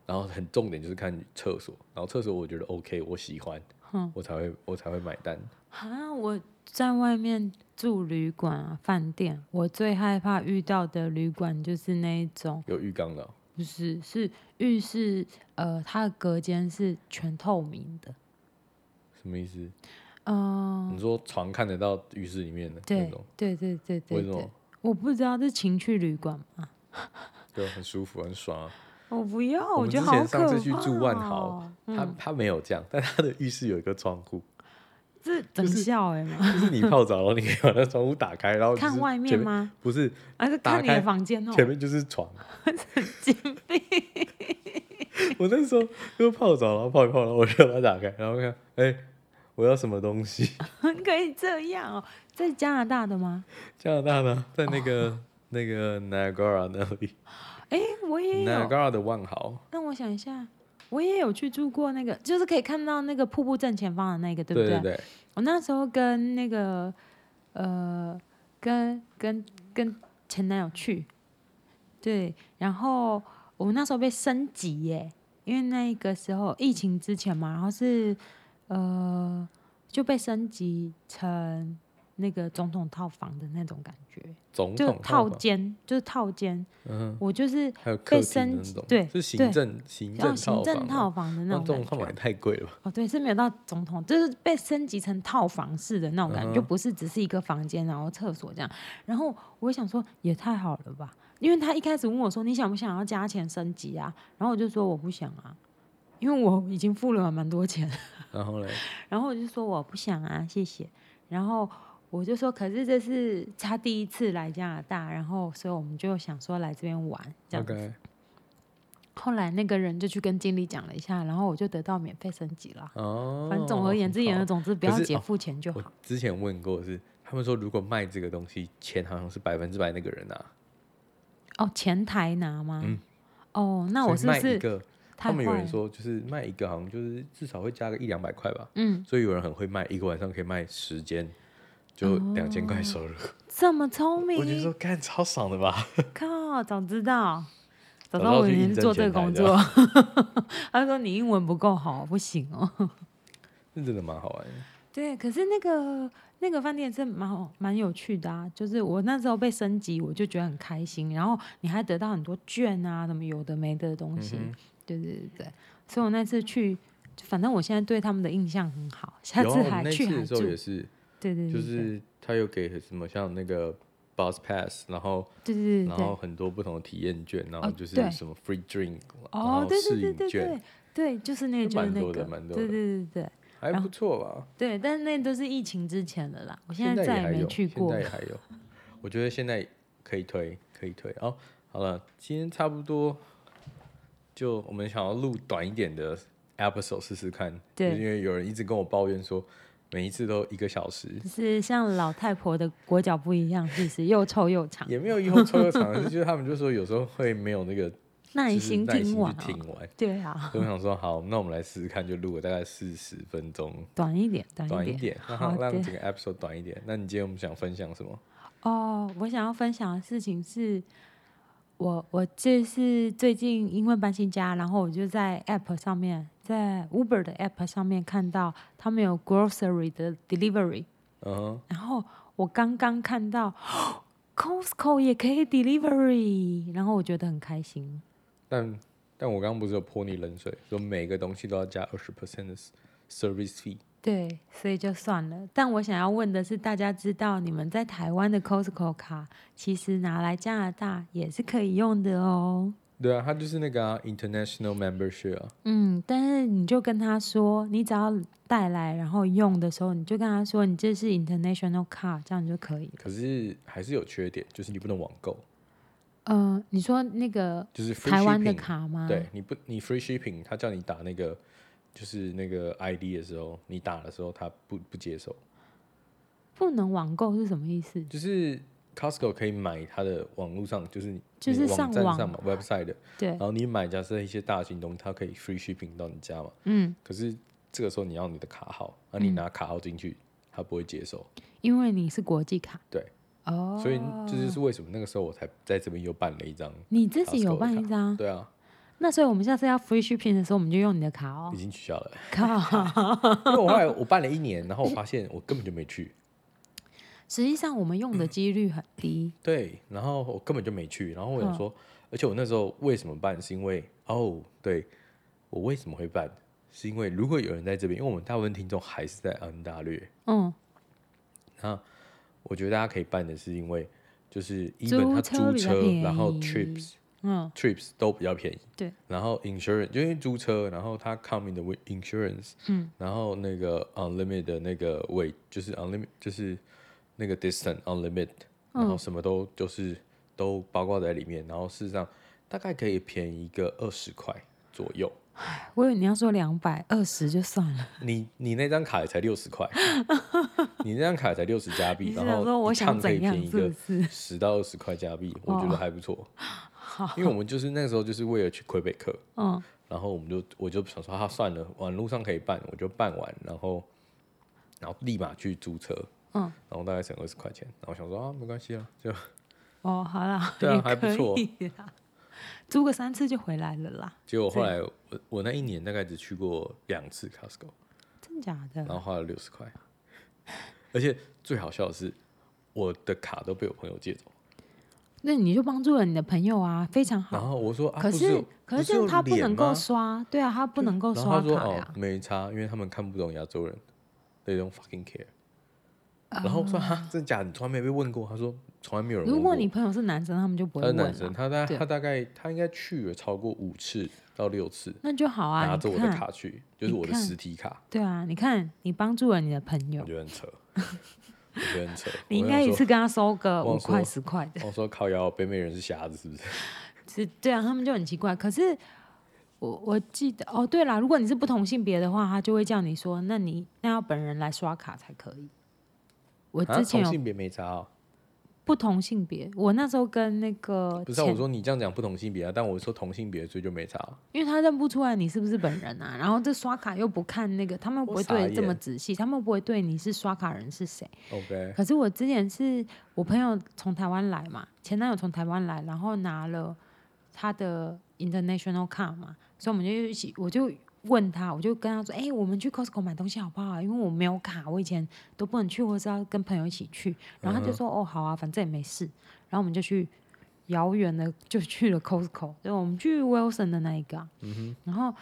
Speaker 1: 然后很重点就是看厕所，然后厕所我觉得 OK，我喜欢，
Speaker 2: 嗯
Speaker 1: 我才会我才会买单。
Speaker 2: 啊，我在外面住旅馆啊、饭店，我最害怕遇到的旅馆就是那一种，
Speaker 1: 有浴缸的哦、
Speaker 2: 不是是浴室，呃，它的隔间是全透明的，
Speaker 1: 什么意思？
Speaker 2: 嗯、
Speaker 1: 你说床看得到浴室里面的那
Speaker 2: 对
Speaker 1: 种，
Speaker 2: 对对对对
Speaker 1: 为什么
Speaker 2: 对，我不知道这情趣旅馆嘛，
Speaker 1: 就很舒服很爽啊。
Speaker 2: 我不要，
Speaker 1: 我
Speaker 2: 我
Speaker 1: 们
Speaker 2: 觉得
Speaker 1: 之
Speaker 2: 好
Speaker 1: 前
Speaker 2: 可怕、
Speaker 1: 上
Speaker 2: 嗯哦。
Speaker 1: 次去住万豪，它它没有这样，但它的浴室有一个窗户，
Speaker 2: 这等笑哎、嘛，
Speaker 1: 就是 你泡澡，然后你可以把那窗户打开，然后就是
Speaker 2: 看外面
Speaker 1: 前？
Speaker 2: 吗？
Speaker 1: 不是，
Speaker 2: 还是
Speaker 1: 打
Speaker 2: 看你的
Speaker 1: 开
Speaker 2: 房间哦？
Speaker 1: 前面就是 床。
Speaker 2: 金币
Speaker 1: 我那时候就泡澡，然后泡一泡，然后我就把它打开，然后看，哎、我要什么东西？
Speaker 2: 可以这样哦，在加拿大的吗？
Speaker 1: 加拿大呢，在那个、
Speaker 2: 哦
Speaker 1: 那个 Niagara 那里
Speaker 2: 哎，我也有。
Speaker 1: ，Niagara 的万豪，
Speaker 2: 让我想一下，我也有去住过那个，就是可以看到那个瀑布正前方的那个，对不
Speaker 1: 对
Speaker 2: 对？
Speaker 1: 对，
Speaker 2: 我那时候跟那个呃，跟跟跟前男友去，对，然后我那时候被升级耶，因为那个时候疫情之前嘛，然后是呃就被升级成那个总统套房的那种感觉，
Speaker 1: 总
Speaker 2: 就
Speaker 1: 统
Speaker 2: 套
Speaker 1: 房，
Speaker 2: 间，就是套间，
Speaker 1: 嗯
Speaker 2: 我就是
Speaker 1: 哼，还有客
Speaker 2: 升
Speaker 1: 厅的那
Speaker 2: 级
Speaker 1: 种，
Speaker 2: 对
Speaker 1: 是
Speaker 2: 对
Speaker 1: 行政行
Speaker 2: 要
Speaker 1: 政
Speaker 2: 行
Speaker 1: 套
Speaker 2: 政
Speaker 1: 房
Speaker 2: 套
Speaker 1: 嘛，
Speaker 2: 房的
Speaker 1: 那
Speaker 2: 那种
Speaker 1: 这种
Speaker 2: 感
Speaker 1: 套
Speaker 2: 觉
Speaker 1: 房也。太贵了吧？
Speaker 2: 哦，对，是没有到总统，就是被升级成套房式的那种感觉，就
Speaker 1: 嗯哼
Speaker 2: 不是只是一个房间，然后厕所这样。然后我想说，也太好了吧，因为他一开始问我说，你想不想要加钱升级啊？然后我就说我不想啊，因为我已经付了蛮多钱，
Speaker 1: 然后嘞，
Speaker 2: 然后我就说我不想啊，谢谢。然后我就说，可是这是他第一次来加拿大，然后所以我们就想说来这边玩这样子。
Speaker 1: OK，
Speaker 2: 后来那个人就去跟经理讲了一下，然后我就得到免费升级了。
Speaker 1: 哦，
Speaker 2: 反正总而言之，
Speaker 1: 好
Speaker 2: 言而总之，不
Speaker 1: 可
Speaker 2: 要
Speaker 1: 是
Speaker 2: 姐
Speaker 1: 哦
Speaker 2: 付钱就好。
Speaker 1: 我之前问过是，他们说如果卖这个东西，钱好像是百分之百那个人啊拿、
Speaker 2: 哦，前台拿吗？
Speaker 1: 嗯
Speaker 2: 哦，那
Speaker 1: 所以
Speaker 2: 我是不
Speaker 1: 卖一
Speaker 2: 是
Speaker 1: 个，
Speaker 2: 太
Speaker 1: 他们有
Speaker 2: 坏
Speaker 1: 人
Speaker 2: 了
Speaker 1: 说就是卖一个好像就是至少会加个一两百块吧，
Speaker 2: 嗯
Speaker 1: 所以有人很会卖，一个晚上可以卖十间，就
Speaker 2: 哦
Speaker 1: 两千块收入。
Speaker 2: 这么聪
Speaker 1: 我就说
Speaker 2: 明？
Speaker 1: 干超爽的吧，
Speaker 2: 靠，早知道，早
Speaker 1: 早知
Speaker 2: 知道
Speaker 1: 道
Speaker 2: 我
Speaker 1: 去
Speaker 2: 也
Speaker 1: 应
Speaker 2: 是
Speaker 1: 征
Speaker 2: 做这个
Speaker 1: 前台
Speaker 2: 工
Speaker 1: 的
Speaker 2: 作。他说你英文不够好，不行哦。
Speaker 1: 那真的蛮好玩的。
Speaker 2: 对，可是那个那个饭店是蛮好蛮有趣的啊，就是我那时候被升级，我就觉得很开心，然后你还得到很多券啊，什么有的没的的东西，
Speaker 1: 嗯
Speaker 2: 对对对对，所以我那次去，反正我现在对他们的印象很好，下
Speaker 1: 有啊，我们
Speaker 2: 还
Speaker 1: 那
Speaker 2: 去
Speaker 1: 次
Speaker 2: 还
Speaker 1: 的时
Speaker 2: 住，
Speaker 1: 候也是，
Speaker 2: 对对对，
Speaker 1: 就
Speaker 2: 对
Speaker 1: 是他有给什么像那个 bus pass，然后
Speaker 2: 对对对
Speaker 1: 然
Speaker 2: 对
Speaker 1: 后，很多不同的体验券，然后
Speaker 2: 哦
Speaker 1: 就是
Speaker 2: 对
Speaker 1: 什么 free drink，然
Speaker 2: 哦
Speaker 1: 后，
Speaker 2: 对
Speaker 1: 试
Speaker 2: 对对
Speaker 1: 饮
Speaker 2: 对
Speaker 1: 券
Speaker 2: 对，对，就是那个
Speaker 1: 就
Speaker 2: 就
Speaker 1: 蛮
Speaker 2: 是那
Speaker 1: 多的
Speaker 2: 个，
Speaker 1: 蛮多
Speaker 2: 对对
Speaker 1: 的
Speaker 2: 对对
Speaker 1: 还
Speaker 2: 然
Speaker 1: 不错吧？
Speaker 2: 对，但是那都是疫情之前的啦，我
Speaker 1: 现
Speaker 2: 在
Speaker 1: 在
Speaker 2: 再
Speaker 1: 也
Speaker 2: 也
Speaker 1: 还
Speaker 2: 没
Speaker 1: 有，
Speaker 2: 去过
Speaker 1: 现在。也还有。我觉得现在可以推，可以推。哦，好了，今天差不多，就我们想要录短一点的 episode 试试看，
Speaker 2: 对
Speaker 1: 就是因为有人一直跟我抱怨说，每一次都一个小时，
Speaker 2: 就是像老太婆的裹脚不一样，是不是又臭 又长？
Speaker 1: 也没有以后抽个场， 就是他们就说有时候会没有那个
Speaker 2: 耐
Speaker 1: 就是
Speaker 2: 心
Speaker 1: 耐心
Speaker 2: 听完、
Speaker 1: 去
Speaker 2: 哦，
Speaker 1: 听完。
Speaker 2: 对啊，
Speaker 1: 所以我想说，好，那我们来试试看，就录了大概四十分钟，
Speaker 2: 短一点，短
Speaker 1: 短
Speaker 2: 一
Speaker 1: 一点，
Speaker 2: 好
Speaker 1: 让让
Speaker 2: 的
Speaker 1: 整个 episode 短一点。那你今天我们想分享什么？
Speaker 2: 哦。我想要分享的事情是，我我这是最近因为搬新家，然后我就在 App 上面，在 Uber 的 App 上面看到他们有 grocery 的 delivery，
Speaker 1: 嗯哼，
Speaker 2: 然后我刚刚看到 Costco 也可以 delivery，然后我觉得很开心。
Speaker 1: 但但我刚刚不是有泼你冷水，说每个东西都要加二十 percent 的 service fee。
Speaker 2: 对，所以就算了。但我想要问的是，大家知道你们在台湾的 Costco 卡，其实拿来加拿大也是可以用的哦。
Speaker 1: 对啊，它就是那个、啊、international membership 啊，
Speaker 2: 嗯，但是你就跟他说，你只要带来然后用的时候，你就跟他说你这是 international 卡，这样就可以了。
Speaker 1: 可是还是有缺点，就是你不能网购，
Speaker 2: 嗯、你说那个
Speaker 1: 就是 free
Speaker 2: 台湾的
Speaker 1: shipping，
Speaker 2: 卡吗？
Speaker 1: 对，，你不你 free shipping，他叫你打那个就是那个 ID 的时候，你打的时候他不不接受，
Speaker 2: 不能网购是什么意思？
Speaker 1: 就是 Costco 可以买它的网络上就是你
Speaker 2: 就是
Speaker 1: 你网站
Speaker 2: 上
Speaker 1: 上嘛 website 的，
Speaker 2: 对
Speaker 1: 然，后你买假设一些大型东西，它可以 free shipping 到你家嘛，
Speaker 2: 嗯，
Speaker 1: 可是这个时候你要你的卡号，那、你拿卡号进去，他不会接受。
Speaker 2: 因为你是国际卡。
Speaker 1: 对。
Speaker 2: 哦。
Speaker 1: 所以这就是为什么那个时候我才在这边又办了一张。
Speaker 2: 你自己有
Speaker 1: Costco 的
Speaker 2: 办一
Speaker 1: 卡
Speaker 2: 张，
Speaker 1: 对啊，
Speaker 2: 那所以我们下次要 free shipping 的时候，我们就用你的卡哦
Speaker 1: 已。经取消了，
Speaker 2: 靠！
Speaker 1: 因为我后来我办了一年，然后我发现我根本就没去，
Speaker 2: 实际上我们用的几率很低。
Speaker 1: 对，然后我根本就没去，然后我想说，
Speaker 2: 嗯
Speaker 1: 而且我那时候为什么办，是因为哦，对我为什么会办，是因为如果有人在这边，因为我们大部分听众还是在安大略，
Speaker 2: 嗯，
Speaker 1: 那我觉得大家可以办的是因为就是一
Speaker 2: 租
Speaker 1: 本他
Speaker 2: 车
Speaker 1: 租
Speaker 2: 比较
Speaker 1: 车，
Speaker 2: 便
Speaker 1: 然后
Speaker 2: 宜
Speaker 1: trips
Speaker 2: 嗯
Speaker 1: trips 都比较便宜。
Speaker 2: 对。
Speaker 1: 然后 insurance 就因为租车，然后他 coming 的 insurance，
Speaker 2: 嗯，
Speaker 1: 然后那个 unlimited 的那个 weight 就是 unlimited 就是那个 distance unlimited，然
Speaker 2: 嗯
Speaker 1: 后什么都就是都包括在里面，然后事实上大概可以便宜个二十块左右。
Speaker 2: 我以为你要说两百二十就算了，
Speaker 1: 你你那张卡也才六十 块，你那张卡也才六十加币，
Speaker 2: 你是
Speaker 1: 然
Speaker 2: 想
Speaker 1: 后
Speaker 2: 说我
Speaker 1: 一
Speaker 2: 想
Speaker 1: 趟可以
Speaker 2: 怎样
Speaker 1: 便宜
Speaker 2: 是
Speaker 1: 个
Speaker 2: 不是？
Speaker 1: 十到二十块加币，我觉得还不 错。因为我们就是那时候就是为了去魁北克，
Speaker 2: 嗯，
Speaker 1: 然后我们就我就想说，啊，算了，网路上可以办，我就办完，然后然后立马去租车，
Speaker 2: 嗯，
Speaker 1: 然后大概省二十块钱，然后想说啊，没关系啊，就
Speaker 2: 哦，好啦，
Speaker 1: 对啊
Speaker 2: 也
Speaker 1: 还不
Speaker 2: 可
Speaker 1: 错
Speaker 2: 以啦租个三次就回来了啦，
Speaker 1: 结果后来我我那一年大概只去过两次 Costco，
Speaker 2: 真假
Speaker 1: 然后
Speaker 2: 的？
Speaker 1: 花了六十块， 而且最好笑的是，我的卡都被我朋友借走。
Speaker 2: 那你就帮助了你的朋友啊，非常
Speaker 1: 然
Speaker 2: 好。
Speaker 1: 后我说啊，
Speaker 2: 可
Speaker 1: 不有
Speaker 2: 是可
Speaker 1: 不
Speaker 2: 是这样
Speaker 1: 有
Speaker 2: 他不
Speaker 1: 脸
Speaker 2: 能够
Speaker 1: 吗
Speaker 2: 刷，对啊，他不能够
Speaker 1: 然后
Speaker 2: 刷
Speaker 1: 他说
Speaker 2: 卡
Speaker 1: 哦
Speaker 2: 呀。
Speaker 1: 没差，因为他们看不懂亚洲人，they don't fucking care。然
Speaker 2: 啊
Speaker 1: 后我说哈，真的假的？你从来没被问过？他说从来没有人问
Speaker 2: 如
Speaker 1: 过
Speaker 2: 果
Speaker 1: 我。
Speaker 2: 你朋友是男生，他们就不
Speaker 1: 他
Speaker 2: 会
Speaker 1: 是
Speaker 2: 问
Speaker 1: 男生，
Speaker 2: 了，
Speaker 1: 他大
Speaker 2: 对
Speaker 1: 他大概他应该去了超过五次到六次，
Speaker 2: 那就好啊。
Speaker 1: 拿
Speaker 2: 你
Speaker 1: 着我的
Speaker 2: 看，
Speaker 1: 卡去，就是
Speaker 2: 你
Speaker 1: 我的
Speaker 2: 看
Speaker 1: 实体卡，
Speaker 2: 对啊，你看你帮助了你的朋
Speaker 1: 我
Speaker 2: 友，
Speaker 1: 觉得很扯。我觉得很扯。
Speaker 2: 你应
Speaker 1: 我
Speaker 2: 该
Speaker 1: 想
Speaker 2: 一
Speaker 1: 说
Speaker 2: 次跟他收个
Speaker 1: 我
Speaker 2: 五
Speaker 1: 想说
Speaker 2: 块十块的，
Speaker 1: 我说靠腰，北美人是瞎子是不是？
Speaker 2: 是对啊，他们就很奇怪。可是我我记得哦，对啦，如果你是不同性别的话，他就会叫你说，那你那要本人来刷卡才可以。我
Speaker 1: 啊，
Speaker 2: 之前
Speaker 1: 同
Speaker 2: 有
Speaker 1: 性别没差哦。
Speaker 2: 不同性别，我那时候跟那个
Speaker 1: 不是、啊，
Speaker 2: 前
Speaker 1: 我说你这样讲不同性别啊，但我说同性别，所以就没差啊。
Speaker 2: 因为他认不出来你是不是本人啊，然后这刷卡又不看那个，他们又不会
Speaker 1: 我傻
Speaker 2: 对这么
Speaker 1: 眼
Speaker 2: 仔细，他们不会对你是刷卡人是谁。
Speaker 1: OK，
Speaker 2: 可是我之前是我朋友从台湾来嘛，前男友从台湾来，然后拿了他的 international card 嘛，所以我们就一起，我就问他，我就跟他说，哎、我们去 Costco 买东西好不好？因为我没有卡，我以前都不能去，或是要跟朋友一起去。然后他就说，哦，好啊，反正也没事。然后我们就去遥远的就去了 Costco，对，我们去 Wilson 的那一个啊、然后，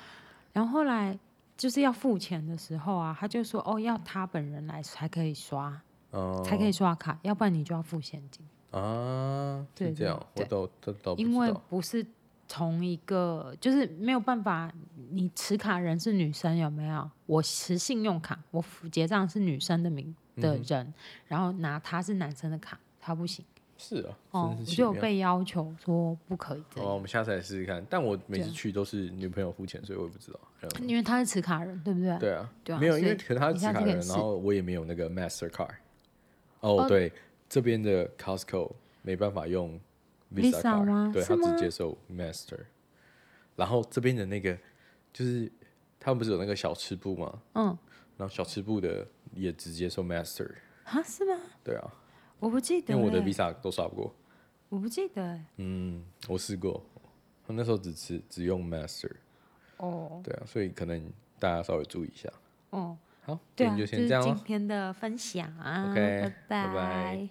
Speaker 2: 然后后来。就是要付钱的时候啊，他就说哦，要他本人来才可以刷，
Speaker 1: 嗯
Speaker 2: 才可以刷卡，要不然你就要付现金，
Speaker 1: 啊，
Speaker 2: 对
Speaker 1: 是这样，我
Speaker 2: 对
Speaker 1: 倒倒倒不知
Speaker 2: 因为
Speaker 1: 道。
Speaker 2: 不是同一个，就是没有办法。你持卡人是女生有没有？我持信用卡，我付结账是女生的名
Speaker 1: 嗯
Speaker 2: 的人，然后拿他是男生的卡，他不行。
Speaker 1: 是啊，
Speaker 2: 哦
Speaker 1: 真，
Speaker 2: 我
Speaker 1: 是奇
Speaker 2: 就有
Speaker 1: 妙。
Speaker 2: 被要求说不可以这
Speaker 1: 好
Speaker 2: 样，
Speaker 1: 啊，我们下次来试试看。但我每
Speaker 2: 对
Speaker 1: 次
Speaker 2: 啊
Speaker 1: 去都是女朋友付钱，所以我也不知道。这样
Speaker 2: 因为他是持卡人，对不对？
Speaker 1: 对啊，
Speaker 2: 对啊
Speaker 1: 没有，因
Speaker 2: 所
Speaker 1: 为
Speaker 2: 以
Speaker 1: 可能他
Speaker 2: 一
Speaker 1: 是持
Speaker 2: 下
Speaker 1: 卡
Speaker 2: 就可以
Speaker 1: 人，
Speaker 2: 试
Speaker 1: 然后我也没有那个 MasterCard。哦，
Speaker 2: 哦
Speaker 1: 对，这边的 Costco 没办法用
Speaker 2: Visa
Speaker 1: Visa card，
Speaker 2: 吗
Speaker 1: 对，
Speaker 2: 是
Speaker 1: 他
Speaker 2: 吗
Speaker 1: 只接受 Master。然后这边的那个就是他们不是有那个小吃部吗？
Speaker 2: 嗯，
Speaker 1: 然后小吃部的也只接受 Master。
Speaker 2: 啊，是吗？
Speaker 1: 对啊，
Speaker 2: 我不记得、
Speaker 1: 因
Speaker 2: 欸，
Speaker 1: 为我的 Visa 都刷不过。
Speaker 2: 我不记得欸、
Speaker 1: 嗯，我试过，我那时候只只只用 Master。
Speaker 2: 哦
Speaker 1: 对啊，所以可能大家稍微注意一下。
Speaker 2: 哦，
Speaker 1: 好，
Speaker 2: 对
Speaker 1: 今天
Speaker 2: 啊，
Speaker 1: 就
Speaker 2: 就
Speaker 1: 先
Speaker 2: 是
Speaker 1: 这样
Speaker 2: 今
Speaker 1: 咯
Speaker 2: 天的分享啊
Speaker 1: OK，
Speaker 2: 拜
Speaker 1: 拜拜